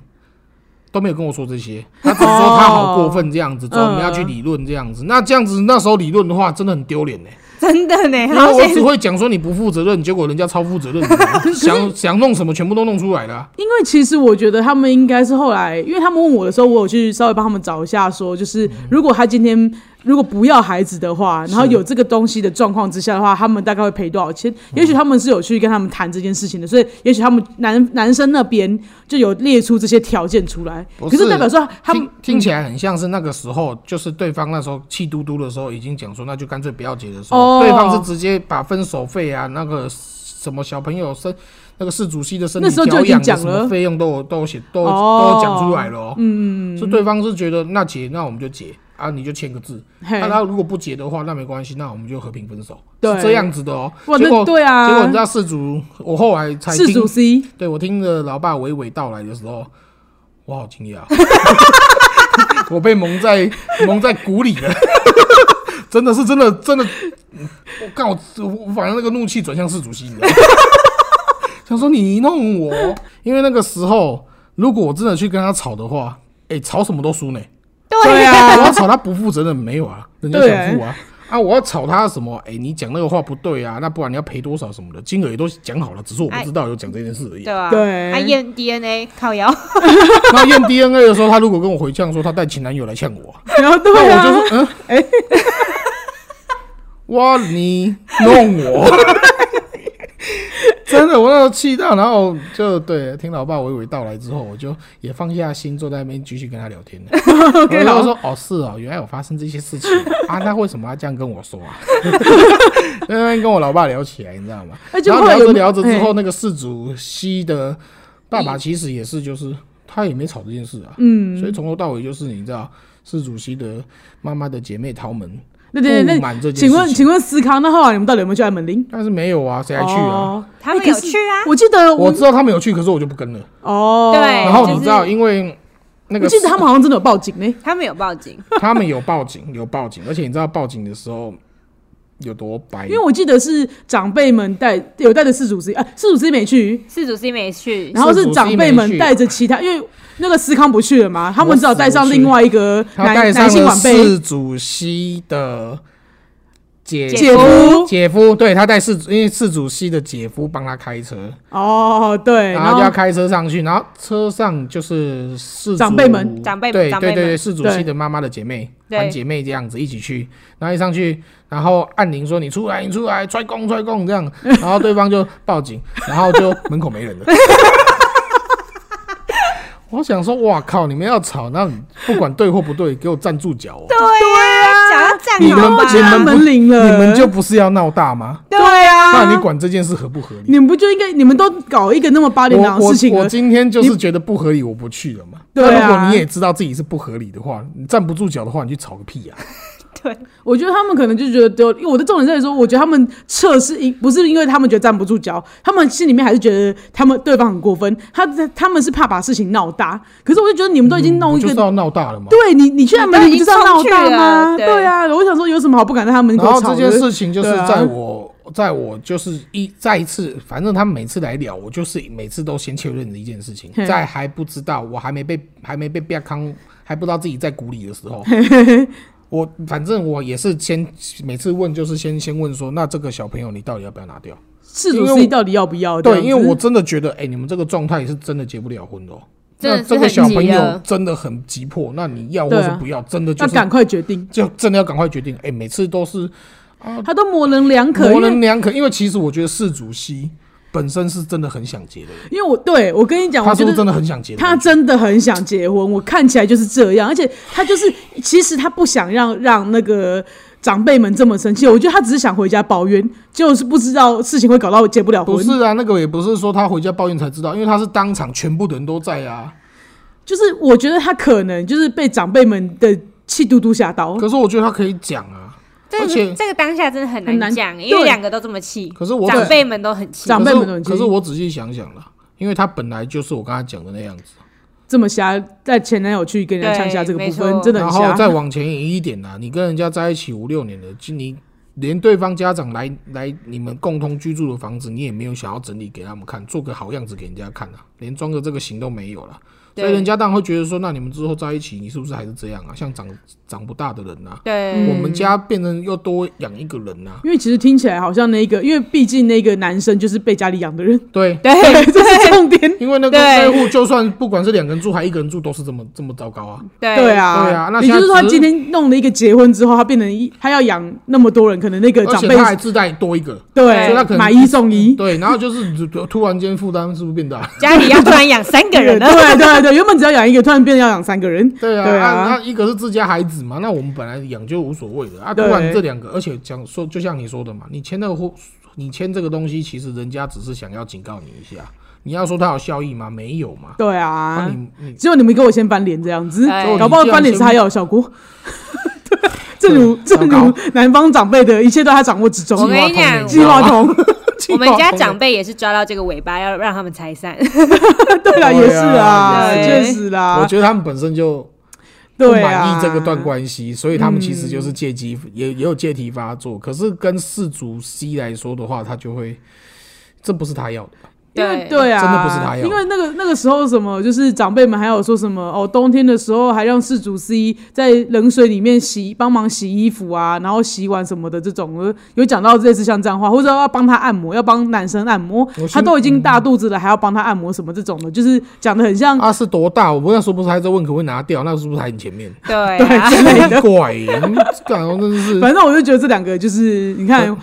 都没有跟我说这些，哦嗯她只是说她好过分这样子，哦之后我们要去理论这样子。那这样子那时候理论的话，真的很丢脸呢，真的呢，因好为我险只会讲说你不负责任，结果人家超负责任 的，想想弄什么全部都弄出来了啊。因为其实我觉得他们应该是后来，因为他们问我的时候，我有去稍微帮他们找一下说嗯就是如果他今天如果不要孩子的话，然后有这个东西的状况之下的话，他们大概会赔多少嗯钱？也许他们是有去跟他们谈这件事情的，所以也许他们男男生那边就有列出这些条件出来，不可是是代表说他们嗯听听起来很像是那个时候，就是对方那时候气嘟嘟的时候，已经讲说那就干脆不要结的时候，哦对方是直接把分手费啊，那个什么小朋友生那个事主席的身体那时候调就已经养的讲什么了费用都有都有写都有哦都有讲出来了、哦，嗯嗯，是对方是觉得那结那我们就结啊，你就签个字，嗯嘿那、他如果不结的话，那没关系，那我们就和平分手，对是这样子的哦。哇结果那对啊结果你知道事主，我后来才事主听， C 对我听着老爸娓娓道来的时候，我好惊讶，啊 我被蒙在蒙在鼓里了，真的是真的真的，我刚我我反正那个怒气转向世主席，你知道吗想说你弄我，因为那个时候如果我真的去跟他吵的话，哎、吵什么都输呢。对对啊我要吵他不负责任没有啊，人家对想付啊。啊，我要吵他什么？哎、你讲那个话不对啊，那不然你要赔多少什么的，金额也都讲好了，只是我不知道有讲这件事而已。对吧？对啊验 DNA 靠 腰， 那验 DNA 的时候，他如果跟我回呛说他带前男友来呛我，然后 对那啊，我就说，嗯，哎、 哇，你弄我， 真的，我那时候气到，然后就对听老爸娓娓道来之后，我就也放下心，坐在那边继续跟他聊 天了。 OK 然了后他。说：“哦，是哦，原来有发生这些事情啊，那为什么要这样跟我说啊？”在那边跟我老爸聊起来，你知道吗？哎结然果后后来聊有着聊着之后，哎那个事主西的爸爸其实也是，就是他也没吵这件事啊，嗯，所以从头到尾就是你知道，事主西的妈妈的姐妹逃门对对对，不那满这件事请问情请问思康，那后来你们到底有没有去按门铃？但是没有啊，谁还去啊？哦他们哎可有是去啊，我记得我我知道他们有去，可是我就不跟了。哦，对然后就你是知道，因为那我个哎记得他们好像真的有报警呢。他们有报警，他们有报警，有报警，而且你知道报警的时候有多白，因为我记得是长辈们带有带着四主 C，哎、四主 C 没去，事主 C 没去，然后是长辈们带着其他，因为那个思康不去了嘛，他们只好带上另外一个他带男上男性了晚辈世主席的姐姐夫。姐夫，对他带世因为世主席的姐夫帮他开车，哦，对，然然后就要后开车上去，然后车上就是世主长辈们长辈对长辈对对们对，世主席对的妈妈的姐妹，对反姐妹这样子一起去，然后一上去，然后按铃说你出来，你出来，踹供踹供这样，然后对方就报警，然后就门口没人了。我想说，哇靠！你们要吵，那不管对或不对，给我站住脚哦！对啊，脚要你站们好不吧，觉得按门铃了，你们就不是要闹大吗？对啊，那你管这件事合不合理？你们不就应该你们都搞一个那么八点档的我事情啊我了我？今天就是觉得不合理，我不去了嘛。对啊那如果你也知道自己是不合理的话，你站不住脚的话，你去吵个屁呀、啊对，我觉得他们可能就觉得丢，因为我的重点在于说，我觉得他们撤是因不是因为他们觉得站不住脚，他们心里面还是觉得他们对方很过分，他他们是怕把事情闹大。可是我就觉得你们都已经弄一你不个，就是要闹大了吗？对你你去按门铃不就是要闹大吗？你都已经冲去了对对啊，我想说有什么好不敢在他门然口后吵这的？件事情就是对啊在我，在我就是一再一次，反正他们每次来聊，我就是每次都先确认的一件事情嘿，在还不知道我还没被还没被变康，还不知道自己在鼓里的 时候，我反正我也是先每次问就是先先问说，那这个小朋友你到底要不要拿掉？事主因为 C 我到底要不要哦这样对，子？因为我真的觉得，哎、你们这个状态是真的结不了婚的、哦。真的那是这个很小朋急友了真的很急迫，那你要哦对或啊是不要，真的就要是赶快决定，就真的要赶快决定。哎、每次都是他都模棱两可，嗯模因为棱两可，因为其实我觉得世主席本身是真的很想结的人，因为我对我跟你讲，他我是觉不得是真的很想结的人？他真的很想结婚，我看起来就是这样，而且他就是，其实他不想让让那个长辈们这么生气，我觉得他只是想回家抱怨，就是不知道事情会搞到结不了不婚，是啊，那个也不是说他回家抱怨才知道，因为他是当场全部的人都在啊。就是我觉得他可能就是被长辈们的气嘟嘟吓到，可是我觉得他可以讲啊，这而且个这个当下真的很很难难讲，因对为两个都这么气，可是我长辈们都很气，长辈们都很气可是可是我仔细想想了，因为他本来就是我刚才讲的那样子。这么瞎，带前男友去跟人家呛下这个部对没分错真的然很后瞎，再往前移一点啦、啊你跟人家在一起五六年了，就你连对方家长来来你们共同居住的房子，你也没有想要整理给他们看，做个好样子给人家看啊，连装个这个形都没有了。所以对人家当然会觉得说，那你们之后在一起，你是不是还是这样啊？像长长不大的人啊，对嗯我们家变成又多养一个人啊。因为其实听起来好像那个，因为毕竟那个男生就是被家里养的 人，对，对，对这是重点，因为那个对那户就算不管是两个人住还一个人住，都是这么这么糟糕啊。对对啊， 对啊那也就是说，他现在只今是天弄了一个结婚之后，他变成一，他要养那么多人，可能那个而长且辈他还自带多一个，所以他可对能买一送一，对，然后就是突然间负担是不是变大？家里要突然养三个人对 了，对对对，原本只要养一个，突然变成要养三个人，对啊，对啊啊那一个是自家孩子嘛，那我们本来养就无所谓的啊。突对然这两个，而且讲说，就像你说的嘛，你签那个货，你签这个东西，其实人家只是想要警告你一下。你要说它有效益吗？没有嘛。对那啊，哦你你只有你们给我先翻脸这样子哎，搞不好翻脸是他要有效哦果。 正如对正糟如糕男方长辈的一切都在他掌握之我中跟，你讲计划，你知道吗通，我们家计划长辈也是抓到这个尾巴，要让他们拆 散。 对啊，对啊也是啊，对确实我啦，觉得他们本身就不对满啊，意这个段关系，所以他们其实就是借机也也有借题发作。可是跟氏族 C 来说的话，他就会，这不是他要的。因为对对啊，真的不是他要因为那个那个时候什么，就是长辈们还有说什么哦，冬天的时候还让事主 C 在冷水里面洗，帮忙洗衣服啊，然后洗碗什么的这种，呃有讲到类似像这样的话，或者要帮他按摩，要帮男生按摩我，他是嗯都已经大肚子了，还要帮他按摩什么这种的，就是讲的很像。啊，是多大？我不那时候不是还在问可不可以拿掉，那是不是还很前面？对 啊，奇怪耶，你感觉真的是反正我就觉得这两个就是，你看，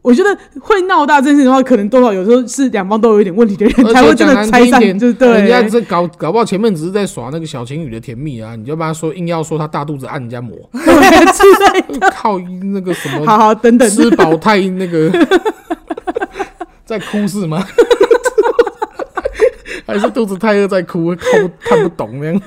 我觉得会闹大这件事情的话，可能多少有时候是两方都有一点问题的人而才且会真讲的难拆听一散，点就是对。人家 这搞搞不好前面只是在耍那个小情侣的甜蜜啊，你就把他说硬要说他大肚子按人家磨，靠那个什好么好 等等，吃饱太 那个在哭是吗？ 还是肚子太饿在哭，看不看不懂那样。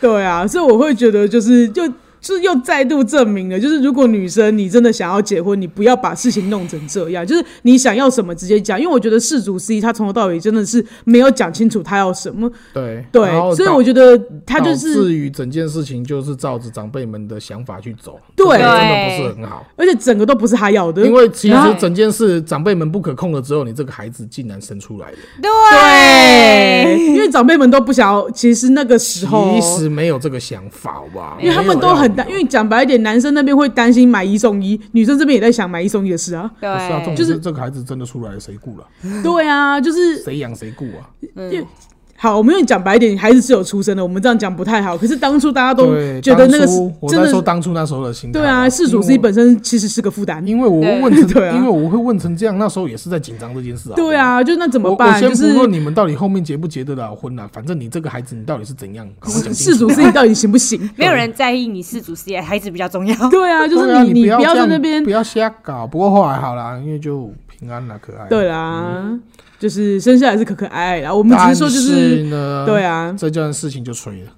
对啊，所以我会觉得就是就。就是又再度证明了，就是如果女生你真的想要结婚，你不要把事情弄成这样，就是你想要什么直接讲，因为我觉得事主 C 他从头到尾真的是没有讲清楚他要什么，对对然后，所以导我觉得他就导是，致于整件事情就是照着长辈们的想法去走，对这个真的不是很好。而且整个都不是他要的，因为其实对整件事长辈们不可控了之后，你这个孩子竟然生出来了，对，因为长辈们都不想要，其实那个时候其实没有这个想法，好不好？因为他们都很担，因为为讲白一点，男生那边会担心买一送一，女生这边也在想买一送一的事啊。不是啊，对，重点是这个孩子真的出来了，谁顾了？对啊，就是谁养谁顾啊？好，我们用讲白一点，孩子是有出生的，我们这样讲不太好。可是当初大家都对，觉得那个当初是我真在的说是，当初那时候的心态。对啊，事主自己本身其实是个负担。因为我，因对？为我问成，对啊因为我会问成这样，那时候也是在紧张这件事啊。对啊，就那怎我。么我办？就先不是论你们到底后面结不结得了婚啊，反正你这个孩子，你到底是怎样？赶快讲清事楚主自己到底行不 行没有人在意你是主事业，孩子比较重要。对啊，就对是啊你你不要这在样那边不。要瞎搞。不过后来好啦，因为就平安啦，可爱。对啦，就是生下来是可可爱爱啦。我们只嗯但是说就是是呢，对啊，这件事情就吹了。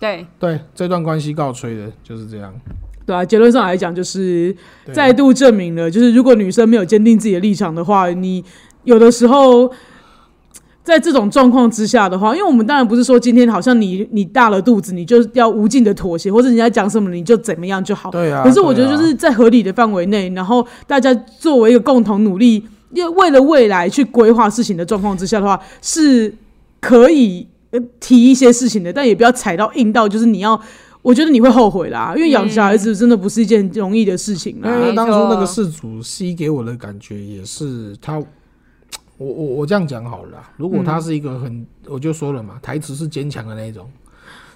对，对，这段关系告吹的，就是这样。对啊，结论上来讲就是对再度证明了，就是如果女生没有坚定自己的立场的话，你有的时候在这种状况之下的话，因为我们当然不是说今天好像你你大了肚子，你就要无尽的妥协，或者人家讲什么你就怎么样就好。对啊可是我觉对得啊就是在合理的范围内，然后大家作为一个共同努力，要为了未来去规划事情的状况之下的话，是可以呃提一些事情的，但也不要踩到硬到就是你要。我觉得你会后悔啦，因为养小孩子真的不是一件容易的事情啊啦。因为没当初那错个事主 C 给我的感觉也是他，我我我这样讲好了啦。如果他是一个嗯很，我就说了嘛，台词是坚强的那一种，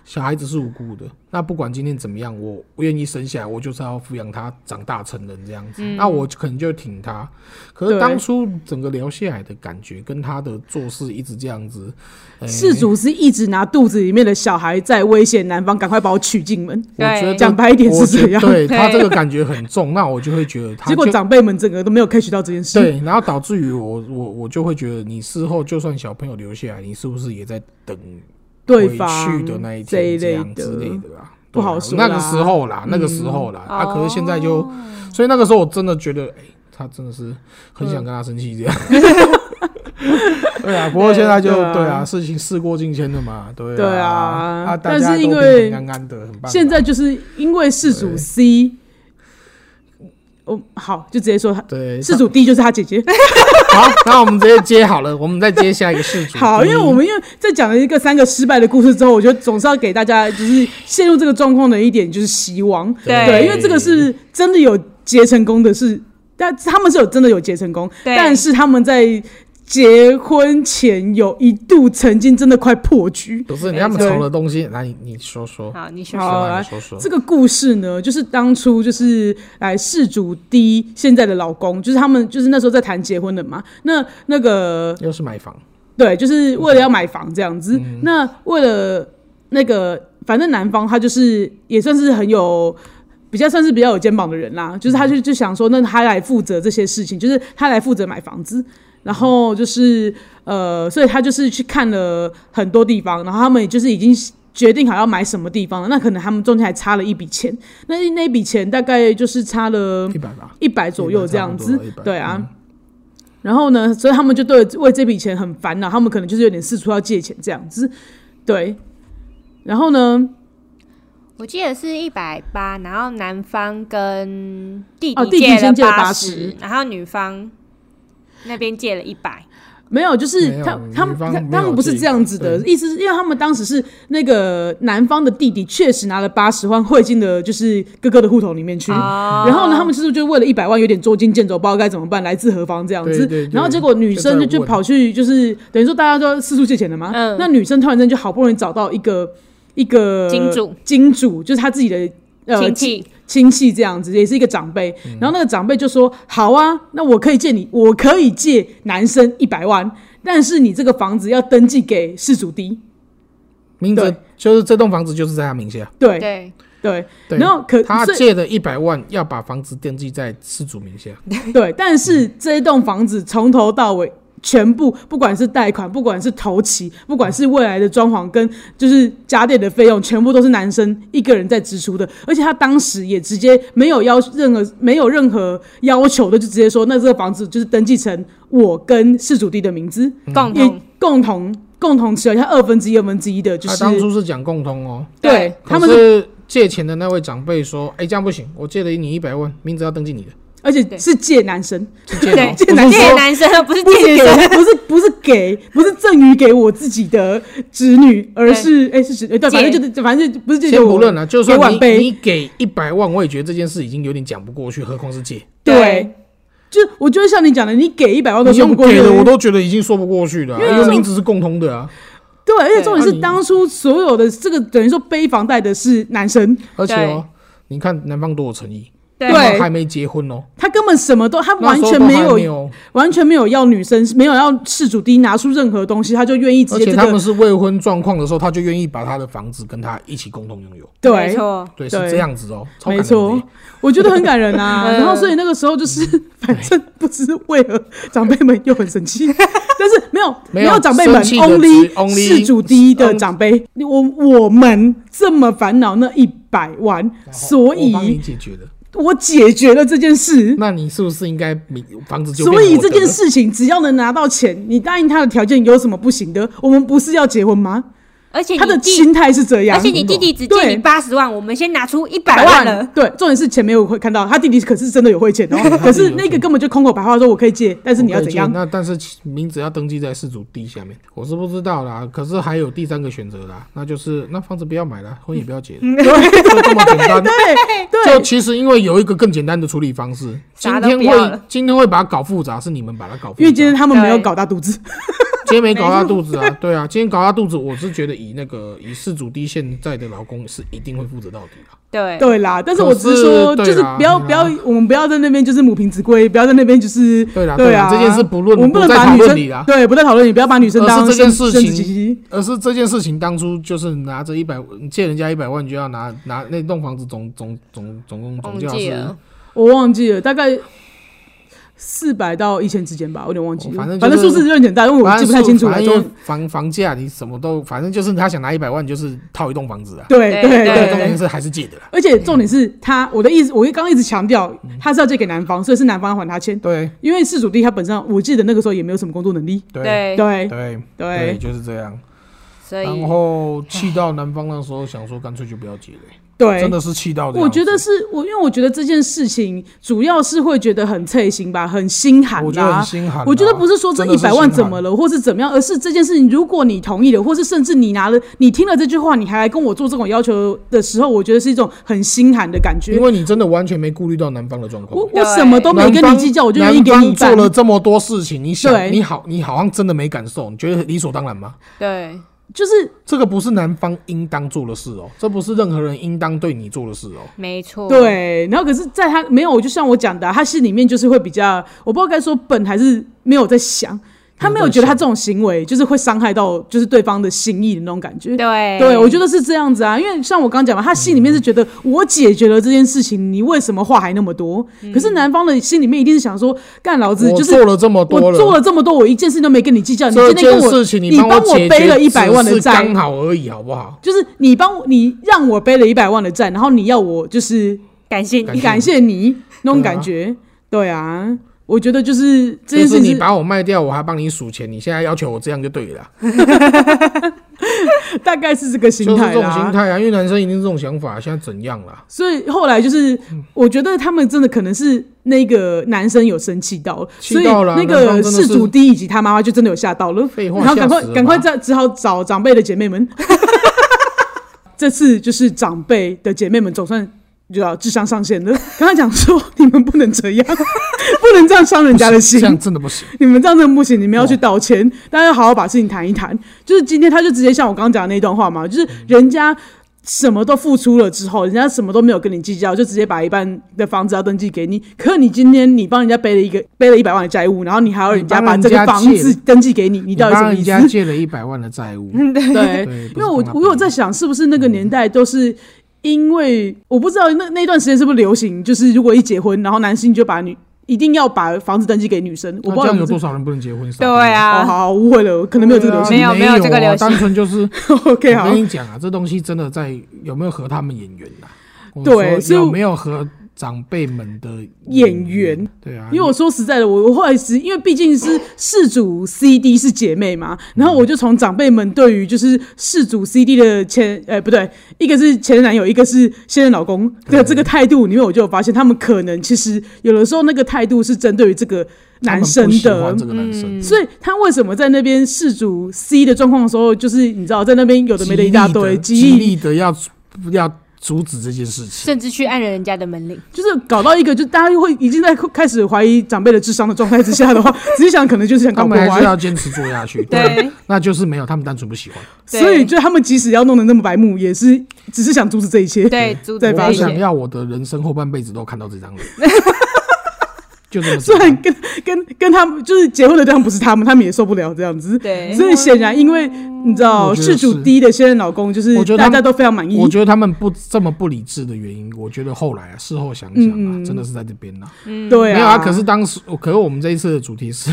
小孩子是无辜的。那不管今天怎么样，我我愿意生下来，我就是要抚养他长大成人这样子。那我可能就挺他。可是嗯对当初整个聊下来的感觉，跟他的做事一直这样子，呃事主是一直拿肚子里面的小孩在威胁男方，赶快把我娶进门。我觉得对讲白一点我是觉这样，对对他这个感觉很重，那我就会觉得他结果就长辈们整个都没有 catch 到这件事。对，然后导致于我我我就会觉得，你事后就算小朋友留下来，你是不是也在等对回方去的那一这一天这类样之类的，的啦？不对啊好说那个啦嗯时候啦，那个时候啦，啊，可是现在就哦，所以那个时候我真的觉得，哎，他真的是很嗯想跟他生气这 样。 对啊，不过现在就对啊对啊，事情事过境迁了嘛，对对啊啊，大但家是因都为平平安安的，很棒啊。现在就是因为事主对 C，哦，好，就直接说他对事主 D 就是他姐姐。好，那我们直接接好了，我们再接下一个嗯事 主。好，因为我们因为在讲了一个三个失败的故事之后，我觉得总是要给大家就是陷入这个状况的一点就是希望，对对，因为这个是真的有结成功的是，但他们是有真的有结成功，对但是他们在结婚前有一度曾经真的快破局。不是你他们对藏的东西，来你你说说，好，你说好说吧来你说说这。个故事呢，就是当初就是来事主 D 现在的老公，就是他们就是那时候在谈结婚的嘛。那那个又是买房，对，就是为了要买房这样子。那为了那个，反正男方他就是也算是很有。比较算是比较有肩膀的人啦，就是他就就想说，那他来负责这些事情，就是他来负责买房子，然后就是呃，所以他就是去看了很多地方，然后他们也就是已经决定好要买什么地方了，那可能他们中间还差了一笔钱，那那笔钱大概就是差了一百吧，一百左右这样差子不多100，对啊。然后呢，所以他们就对为这笔钱很烦恼，他们可能就是有点四处要借钱这样子，对。然后呢，我记得是一百八，然后男方跟弟哦弟弟借先借了八80然后女方那边借了一百。没有，就是没有他他们女方他没有他们不是自己这样子的，意思是因为他们当时是那个男方的弟弟确实拿了八十万汇进了就是哥哥的户头里面去，哦嗯然后呢，他们就是就为了一百万有点捉襟见肘，不知道该怎么办，来自何方这样子。对对对然后结果女生就就在就问跑去就是等于说大家都四处借钱了嘛，嗯那女生突然间就好不容易找到一个一个金主，金主就是她自己的。呃，亲戚亲戚这样子，也是一个长辈。然后那个长辈就说：“好啊，那我可以借你，我可以借男生一百万，但是你这个房子要登记给事主 D。名字就是这栋房子就是在他名下，对”对对，对然后可他所以借的一百万要把房子登记在失主名下，对，但是这一栋房子从头到尾。全部，不管是贷款，不管是头期，不管是未来的装潢跟就是家电的费用，全部都是男生一个人在支出的。而且他当时也直接没有要任何没有任何要求的，就直接说那这个房子就是登记成我跟事主弟的名字，嗯嗯共也同共同共同持有他二分之一、二分之一的，就他是啊当初是讲共通哦，对他们可是，是借钱的那位长辈说：“哎、这样不行，我借了你一百万，名字要登记你的，而且对是借男生，是借的对哦。借这男些生男生不是不这是给些人，，不是不是给，不是赠予给我自己的侄女，而是哎、是侄女，对，借反正就是反正就不是借给先不我论了、就算给晚你辈你给一百万，我也觉得这件事已经有点讲不过去，何况是借。对，就我觉得像你讲的，你给一百万都你说不用过给去的我都觉得已经说不过去了、啊，因为因为这名字是共通的啊，对，而且重点对啊是当初所有的这个等于说背房贷的是男生，而且哦，你看男方多有诚意，对男方还没结婚哦，他根本什么都他那完时候全都没还有没有，哦完全没有要女生，没有要事主低拿出任何东西，他就愿意直而接且这他们个是未婚状况的时候，他就愿意把他的房子跟他一起共同拥有，没对。错，对，是对这样子哦，超感没人错的，我觉得很感人 啊。嗯然后所以那个时候就是， 反正不知为何长辈们又很生气， 但是没有没有有长辈们生气的只，only only 嗯事主第一的长辈，我我们这么烦恼那一百万，所哦我帮你以解决的。我解决了这件事。那你是不是应该名房子就变所以我的这件了事情只要能拿到钱，你答应他的条件有什么不行的？我们不是要结婚吗？而哎且他的你弟，心态是这样，而且你弟弟只借对你八十万，我们先拿出一百万了。对，重点是钱没有会看到，他弟弟可是真的有汇钱 哦，可是那个根本就空口白话说我可以借，但是你要我可怎以借样？那但是其名字要登记在事主 D 下面，我是不知道啦。可是还有第三个选择啦，那就是那房子不要买了，婚也不 要结了，就这么简单。 对就对其实因为有一个更简单的处理方 式，今啥都天不要会了今天会把它搞复杂，是你们把它搞复杂。因为今天他们没有对搞大肚子，今天没搞大肚子啊， 对啊，今天搞大肚子，我是觉得以那个以事主 D 现在的老公是一定会负责到底的。对，对啦。但是我只是可是说，就对是啦不要对啦不要，我们不要在那边就是母凭子贵，不要在那边就是对啦，对啦，啊，这件事不论我们不能在把讨女论生里啦。对不在讨论，你不要把女生而是当这件生事情生殖器而是这件事情当初就是拿着一百借人家一百万，就要拿拿那栋房子总总总总共总忘价记是了，我忘记了，大概。四百到一千之间吧，我有点忘记了。哦反正反正就是数字就很简单，因为我反记不正太清楚反了。正因为就房房价你什么都，反正就是他想拿一百万，就是套一栋房子啊。对对对但对重对点，是还是借的啦。而且重点是他，我的意思，我刚刚一直强调，他是要借给男方，所以是男方要还他钱，对因为事主弟他本身，我记得那个时候也没有什么工作能力，对对，对对对，对就是这样。所以然后气到男方那时候想说，干脆就不要结了，真对。的是气到这样子。我觉得是我，因为我觉得这件事情主要是会觉得很刺心吧，很心寒我觉得很吧。心寒啊。我觉得不是说这真的一是百万心寒怎么了，或是怎么样，而是这件事情，如果你同意了，或是甚至你拿了，你听了这句话，你还来跟我做这种要求的时候，我觉得是一种很心寒的感觉因。为你真的完全没顾虑到男方的状况我。我什么都没男跟方你计较，我就愿意给男你一方做半。了这么多事情，你对想，你好，你好像真的没感受，你觉得理所当然吗？对就是这个不是男方应当做的事哦，这不是任何人应当对你做的事哦。没错，对，然后可是，在他没有，就像我讲的啊、他心里面就是会比较，我不知道该说笨还是没有在想，他没有觉得他这种行为就是会伤害到就是对方的心意的那种感觉。对对，我觉得是这样子啊，因为像我刚讲嘛，他心里面是觉得我解决了这件事情，你为什么话还那么多？嗯可是男方的心里面一定是想说，干老子我就是做了这么多我做了这么多，我一件事都没跟你计较，你这今天件跟我事情你帮帮我解决，背了100万的只是债刚好而已，好不好？就是你帮我，你让我背了一百万的债，然后你要我就是感 谢感你，谢感谢你那种感觉。对啊，我觉得就是这件事就是你情是，把我卖掉，我还帮你数钱，你现在要求我这样就对了。大概是这个心就是态这种心啦。态啊，因为男生一定是这种想法，现在怎样啦？所以后来就是，我觉得他们真的可能是那个男生有生气到了，气所以到了那男个方真的事是主第以及他妈妈就真的有吓到了，废话然后赶吓快死了赶快吧再只好找长辈的姐妹们。 这次就是长辈的姐妹们总算就要智商上线了。刚才讲说你们不能这样，不能这样伤人家的心这，样真的不行。 你们这样真的不行，你们要去道歉，大家要好好把事情谈一谈。就是今天他就直接像我刚刚讲的那段话嘛，就是人家什么都付出了之后，人家什么都没有跟你计较，就直接把一半的房子要登记给你。可你今天你帮人家背了一个背了一百万的债务，然后你还要人家把这个房你帮人家子借登记给你，你你到底什帮么人意家思？借了一百万的债务， 对，对，因不是为我帮他我有在想，是不是那个年代都是因为我不知道那那段时间是不是流行，就是如果一结婚，然后男性就把女一定要把房子登记给女生，我不那这知道样你有们多少人不能结婚？对哦，啊，好，误会了，可能没有这个流没行。有没没有这个流啊行单 纯就是， OK，我好跟，你讲啊，这东西真的在有没有合他们眼缘呐？我对说所以我有没有合长辈们的眼缘？对啊，因为我说实在的，我我后来是因为毕竟是事主 CD 是姐妹嗯嘛，然后我就从长辈们对于就是事主 CD 的前呃不对，一个是前男友，一个是现任老公的对这个态度里面，我就有发现他们可能其实有的时候那个态度是针对于这个他男们不生喜的嗯欢，这个男生，所以他为什么在那边事主 C 的状况的时候，就是你知道在那边有的没的一大堆，极力的极力的要要阻止这件事情。甚至去按了人家的门铃，就是搞到一个，就大家会已经在开始怀疑长辈的智商的状态之下的话，仔细想可能就是想他搞破们还是坏，要坚持做 下去，啊对，那就是没有，他们单纯不喜欢。对所以就他们即使要弄得那么白目，也是只是想阻止这一切。对，阻止再我发这不一想切。要我的人生后半辈子都看到这 张脸，就这么虽简单然跟跟跟他们就是结婚的对象不是他们，他们也受不了这样子。对所以显然因为你知道我觉得事主是第一的现任老公，就是我觉得他大们家都非常满意。我觉得他们不这么不理智的原因，我觉得后来啊，事后想想啊，嗯嗯真的是在这边呐、啊。对没有啊，啊，可是当时，可是我们这一次的主题是，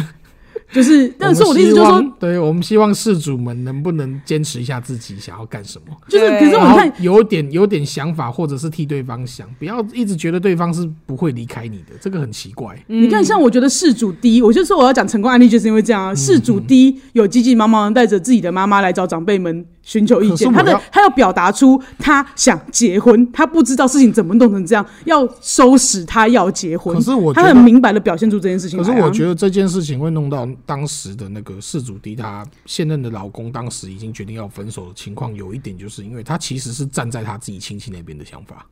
就是， 但是我的意思就是们希说，望对我们希望事主们能不能坚持一下自己想要干什么，就是对可是我然们后看有点有点想法，或者是替对方想，不要一直觉得对方是不会离开你的，这个很奇怪。你看，像我觉得事主 D，我就说我要讲成功案例，就是因为这样嗯啊。事主 D 有急急忙忙地带着自己的妈妈来找长辈们寻求意见，他可是我的要他要表达出他想结婚，他不知道事情怎么弄成这样，要收拾他要结婚。可是我觉他得很明白的表现出这件事情、啊可是我觉，得这件事情会弄到当时的那个事主迪她现任的老公，当时已经决定要分手的情况，有一点就是因为他其实是站在他自己亲戚那边的想法，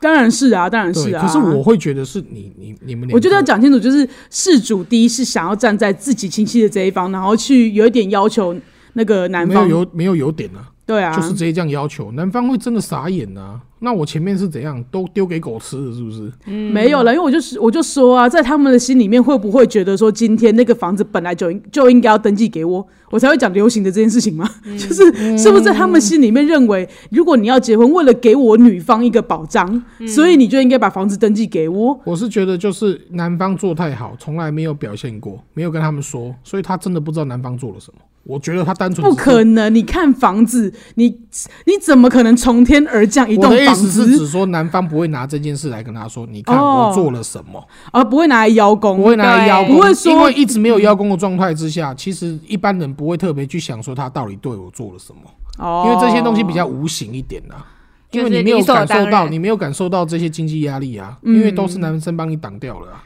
当然是啊，当然对。啊是啊。可是我，会觉得是你你你们两个，我觉得要讲清楚，就是事主 D 是想要站在自己亲戚的这一方，然后去有一点要求那个男没方有，有没有有点啊，对啊，就是直接这样要求，男方会真的傻眼啊。那我前面是怎样都丢给狗吃的，是不是？没有了，因为我就是我就说啊，在他们的心里面，会不会觉得说今天那个房子本来就应就应该要登记给我，我才会讲流行的这件事情吗？ 就是是不是在他们心里面认为，如果你要结婚，为了给我女方一个保障，所以你就应该把房子登记给我？我是觉得就是男方做太好，从来没有表现过，没有跟他们说，所以他真的不知道男方做了什么。我觉得他单纯不只是可能！你看房子，你你怎么可能从天而降一我栋的意房思是子，指说，男方不会拿这件事来跟他说，你看哦我做了什么，而啊不会拿来邀不功？会拿来邀功，不会说因为一直没有邀功的状态之下，其实一般人不会特别去想说他到底对我做了什么，哦，因为这些东西比较无形一点啊。就因是为你没有感理所受当到，然你没有感受到这些经济压力啊，嗯因为都是男生帮你挡掉了、啊。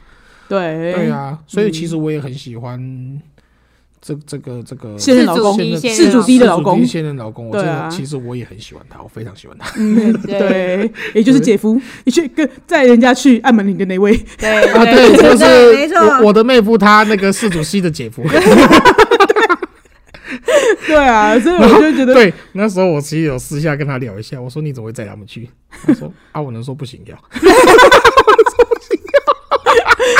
对对，啊，所以其实我也很喜欢这这个这个现任老公自主一些事主 D 的老公现任老公，我真对啊的其实我也很喜欢他，我非常喜欢他。嗯，对，也就是姐夫，也去跟在人家去按门铃的那位。对 啊，对，就没是我错，我的妹夫他那个事主系的姐夫， 对啊，所以我就觉得，对，那时候我其实有私下跟他聊一下，我说你怎么会载他们去？他说啊，我能说不行要，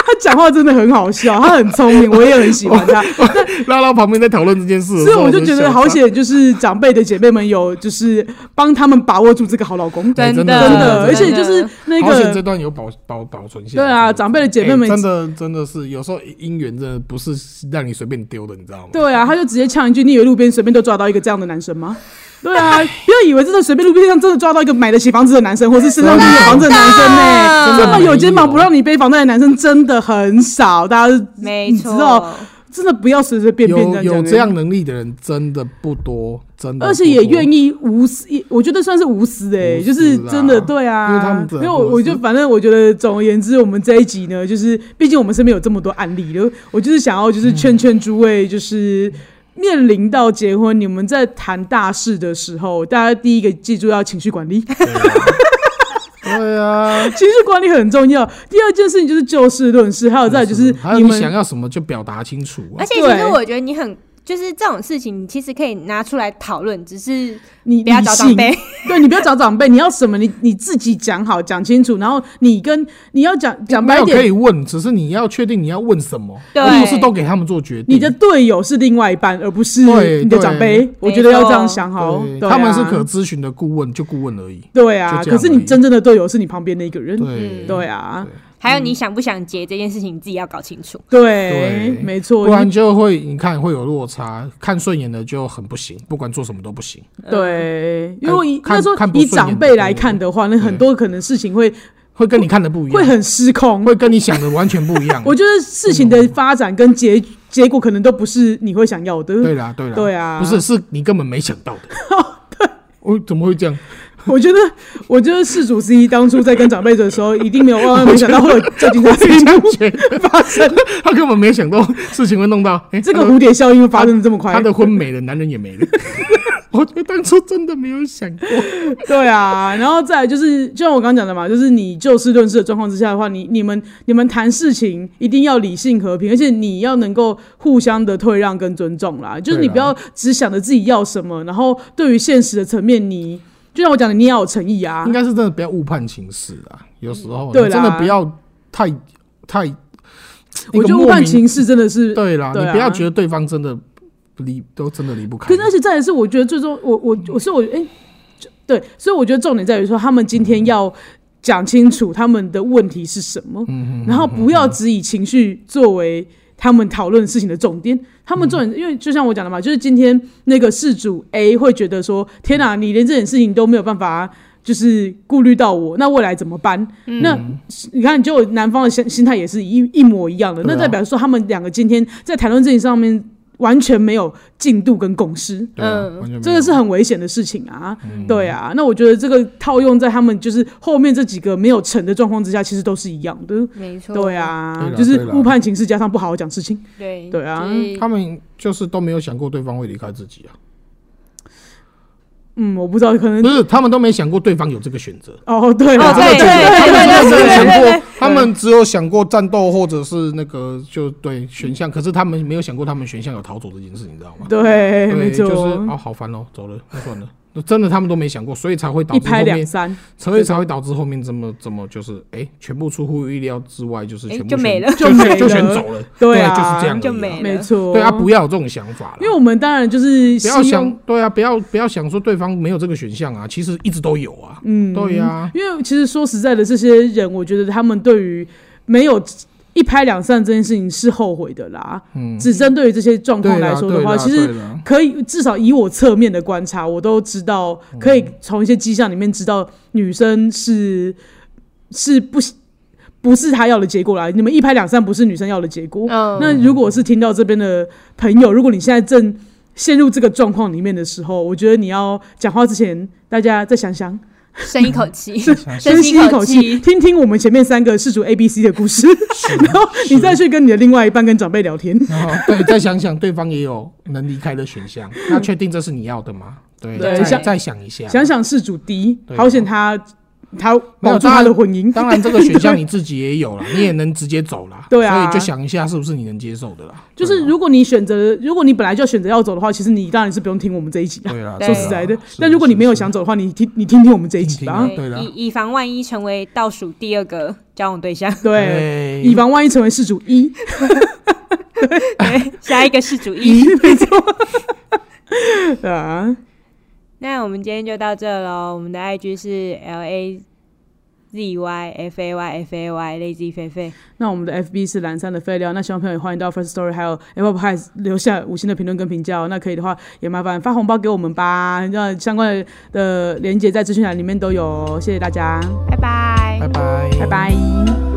他讲话真的很好笑，他很聪明，我也很喜欢他，哦拉到旁边在讨论这件事的时所以候，我就觉得好想险，就是长辈的姐妹们有就是帮他们把握住这个好老公，真对啊真真的的的，而且真的就是那好险这个段有保保保存下对来。啊，长辈的姐妹哎们。真的真的是有时候姻缘真的不是让你随便丢的，你知道吗？对啊，他就直接呛一句：“你以为路边随便都抓到一个这样的男生吗？”对啊，不要以为真的随便路边上真的抓到一个买得起房子的男生，或是身上真的有房子的男生呢、真真的啊啊的有肩膀没有不让你背房贷的男生真的很少，大家没你知道错，真的不要随随便便有这样有讲这样能力的人真的不多，真的不多，而且也愿意无私，也我觉得算是无私哎、无私就是真的啊对啊，因为他们真因的为我无私我就反正我觉得总而言之，我们这一集呢，就是毕竟我们身边有这么多案例了，我就是想要嗯就是劝劝诸位，就是面临到结婚，你们在谈大事的时候，大家第一个记住要情绪管理， 对啊。情绪管理很重要。第二件事情就是就事论事，还有再来就是还有你你们想要啊什么就表达清楚啊而。且其实对我觉得你很。就是这种事情，你其实可以拿出来讨论，只是你不要理找性长辈。 对你不要找长辈，你要什么你你自己讲好讲清楚，然后你跟你要讲讲没白一有点可，以问，只是你要确定你要问什么，对而不是都给他们做决定。你的队友是另外一半，而不是嗯对你的长辈。我觉得要这样想好，对对啊他们是可咨询的顾问，就顾问而已。对啊。就这样可是你而已真正的队友是你旁边那一个人，对对啊，还有你想不想结这件事情，你自己要搞清楚。对，没错不，然就会你看会有落差，看顺眼的就很不行，不管做什么都不行。对。因为以应嗯看该说看不以顺眼长辈来看的话，那很多可能事情会会跟你看的不一会样，很失控。。会跟你想的完全不一样我觉得事情的发展跟结结果可能都不是你会想要的。对啦，对啦，对啊不是，是你根本没想 到的。对，我怎么会这样？我觉得，我觉得事主之一当初在跟长辈的时候，一定没有万万没想到会有这件 我也事这样情觉得，发生，他根本没想到事情会弄到，哎、这个他的蝴蝶效应发生的这么快。他的婚没了，男人也没了。 我觉得当初真的没有想过， 对啊，然后再来就是，就像我刚刚讲的嘛，就是你就事论事的状况之下的话，你你们你们谈事情一定要理性和平，而且你要能够互相的退让跟尊重啦。就是你不要啊只想着自己要什么，然后对于现实的层面你，就像我讲的，你也要有诚意啊嗯应。该是真的不要误判情势啊。有时候对啦真的不要太太，我觉得误判情势真的是一个莫名对啦，对啊你不要觉得对方真的离都真的离不开可。是，而且再也是，我觉得最终，我我我是我，哎、就对，所以我觉得重点在于说，他们今天要讲清楚他们的问题是什么，嗯然后不要只以情绪作为他们讨论事情的重点。他们重嗯点，因为就像我讲的嘛，就是今天那个事主 A 会觉得说：“天哪、你连这点事情都没有办法。”就是顾虑到我，那未来怎么办？嗯那你看，就男方的心心态也是一一模一样的，对啊那代表说他们两个今天在谈论这件事情上面完全没有进度跟共识，对啊嗯完全没有这个是很危险的事情啊。嗯对啊，那我觉得这个套用在他们就是后面这几个没有成的状况之下，其实都是一样的。没错对，啊，对啦就是对啦误判情势加上不好好讲事情，对对啊就是他们就是都没有想过对方会离开自己啊，嗯，我不知道，可能不是他们都没想过对方有这个选择。哦，对啦哦对这个对他们没有对对想对过，他们只有想过战斗或者是那个就对选项，可是他们没有想过他们选项有逃走这件事，你知道吗？对，对，哎没就是错，哦，好烦哦，走了，那算了，那真的他们都没想过，所以才会导一致后拍两面，散所以才会导致后面这么这么就是，哎，全部出乎意料之外，就是哎全部就选没了就就没了就选走了，对啊就是这样而已啊，就没了没错，对啊，不要有这种想法了因为。我们当然就是不要希望想，对啊，不要不要想说对方没有这个选项啊，其实一直都有啊，嗯对呀因为其实说实在的，这些人，我觉得他们对于没有一拍两散这件事情是后悔的啦。嗯，只针对于这些状对况啦来说的对话，啦其实对啦可以至少以我侧面的观察，我都知道可以从一些迹象里面知道女生是是不喜不是她要的结果啦。你们一拍两散不是女生要的结果。嗯那如果是听到这边的朋友，如果你现在正陷入这个状况里面的时候，我觉得你要讲话之前，大家再想想，深一口气，深深吸一口气，，听听我们前面三个事主 A、B、C 的故事，然后你再去跟你的另外一半跟长辈聊天。然后 对，再想想对方也有能离开的选项，那确定这是你要的吗？对，对再想再想一下，想想事主 D，啊对啊好险他他没保有住他的婚姻。当然，这个选项你自己也有了，你也能直接走了。 对啊所以就想一下是不是你能接受的啦。就是如果你选择，如果你本来就选择要走的话，其实你当然是不用听我们这一集啦。对啦，对说实在的是啊，但如果你没有，想是走的话，你听你听听我们这一集听吧听啊。对啦以以防万一成为倒数第二个交往对象， 对，是哎以防万一成为事主一，对，下一个是主一。 对啊，那我们今天就到这喽，我们的 IG 是 L A Z Y F A Y F A Y Lazy 菲菲，那我们的 FB 是蓝山的废料，那希望朋友也欢迎到 First Story 还有 Apple Podcast 留下五星的评论跟评价哦。那可以的话，也麻烦发红包给我们吧。那相关的呃的连接在资讯栏里面都有哦，谢谢大家，拜拜拜拜，拜拜。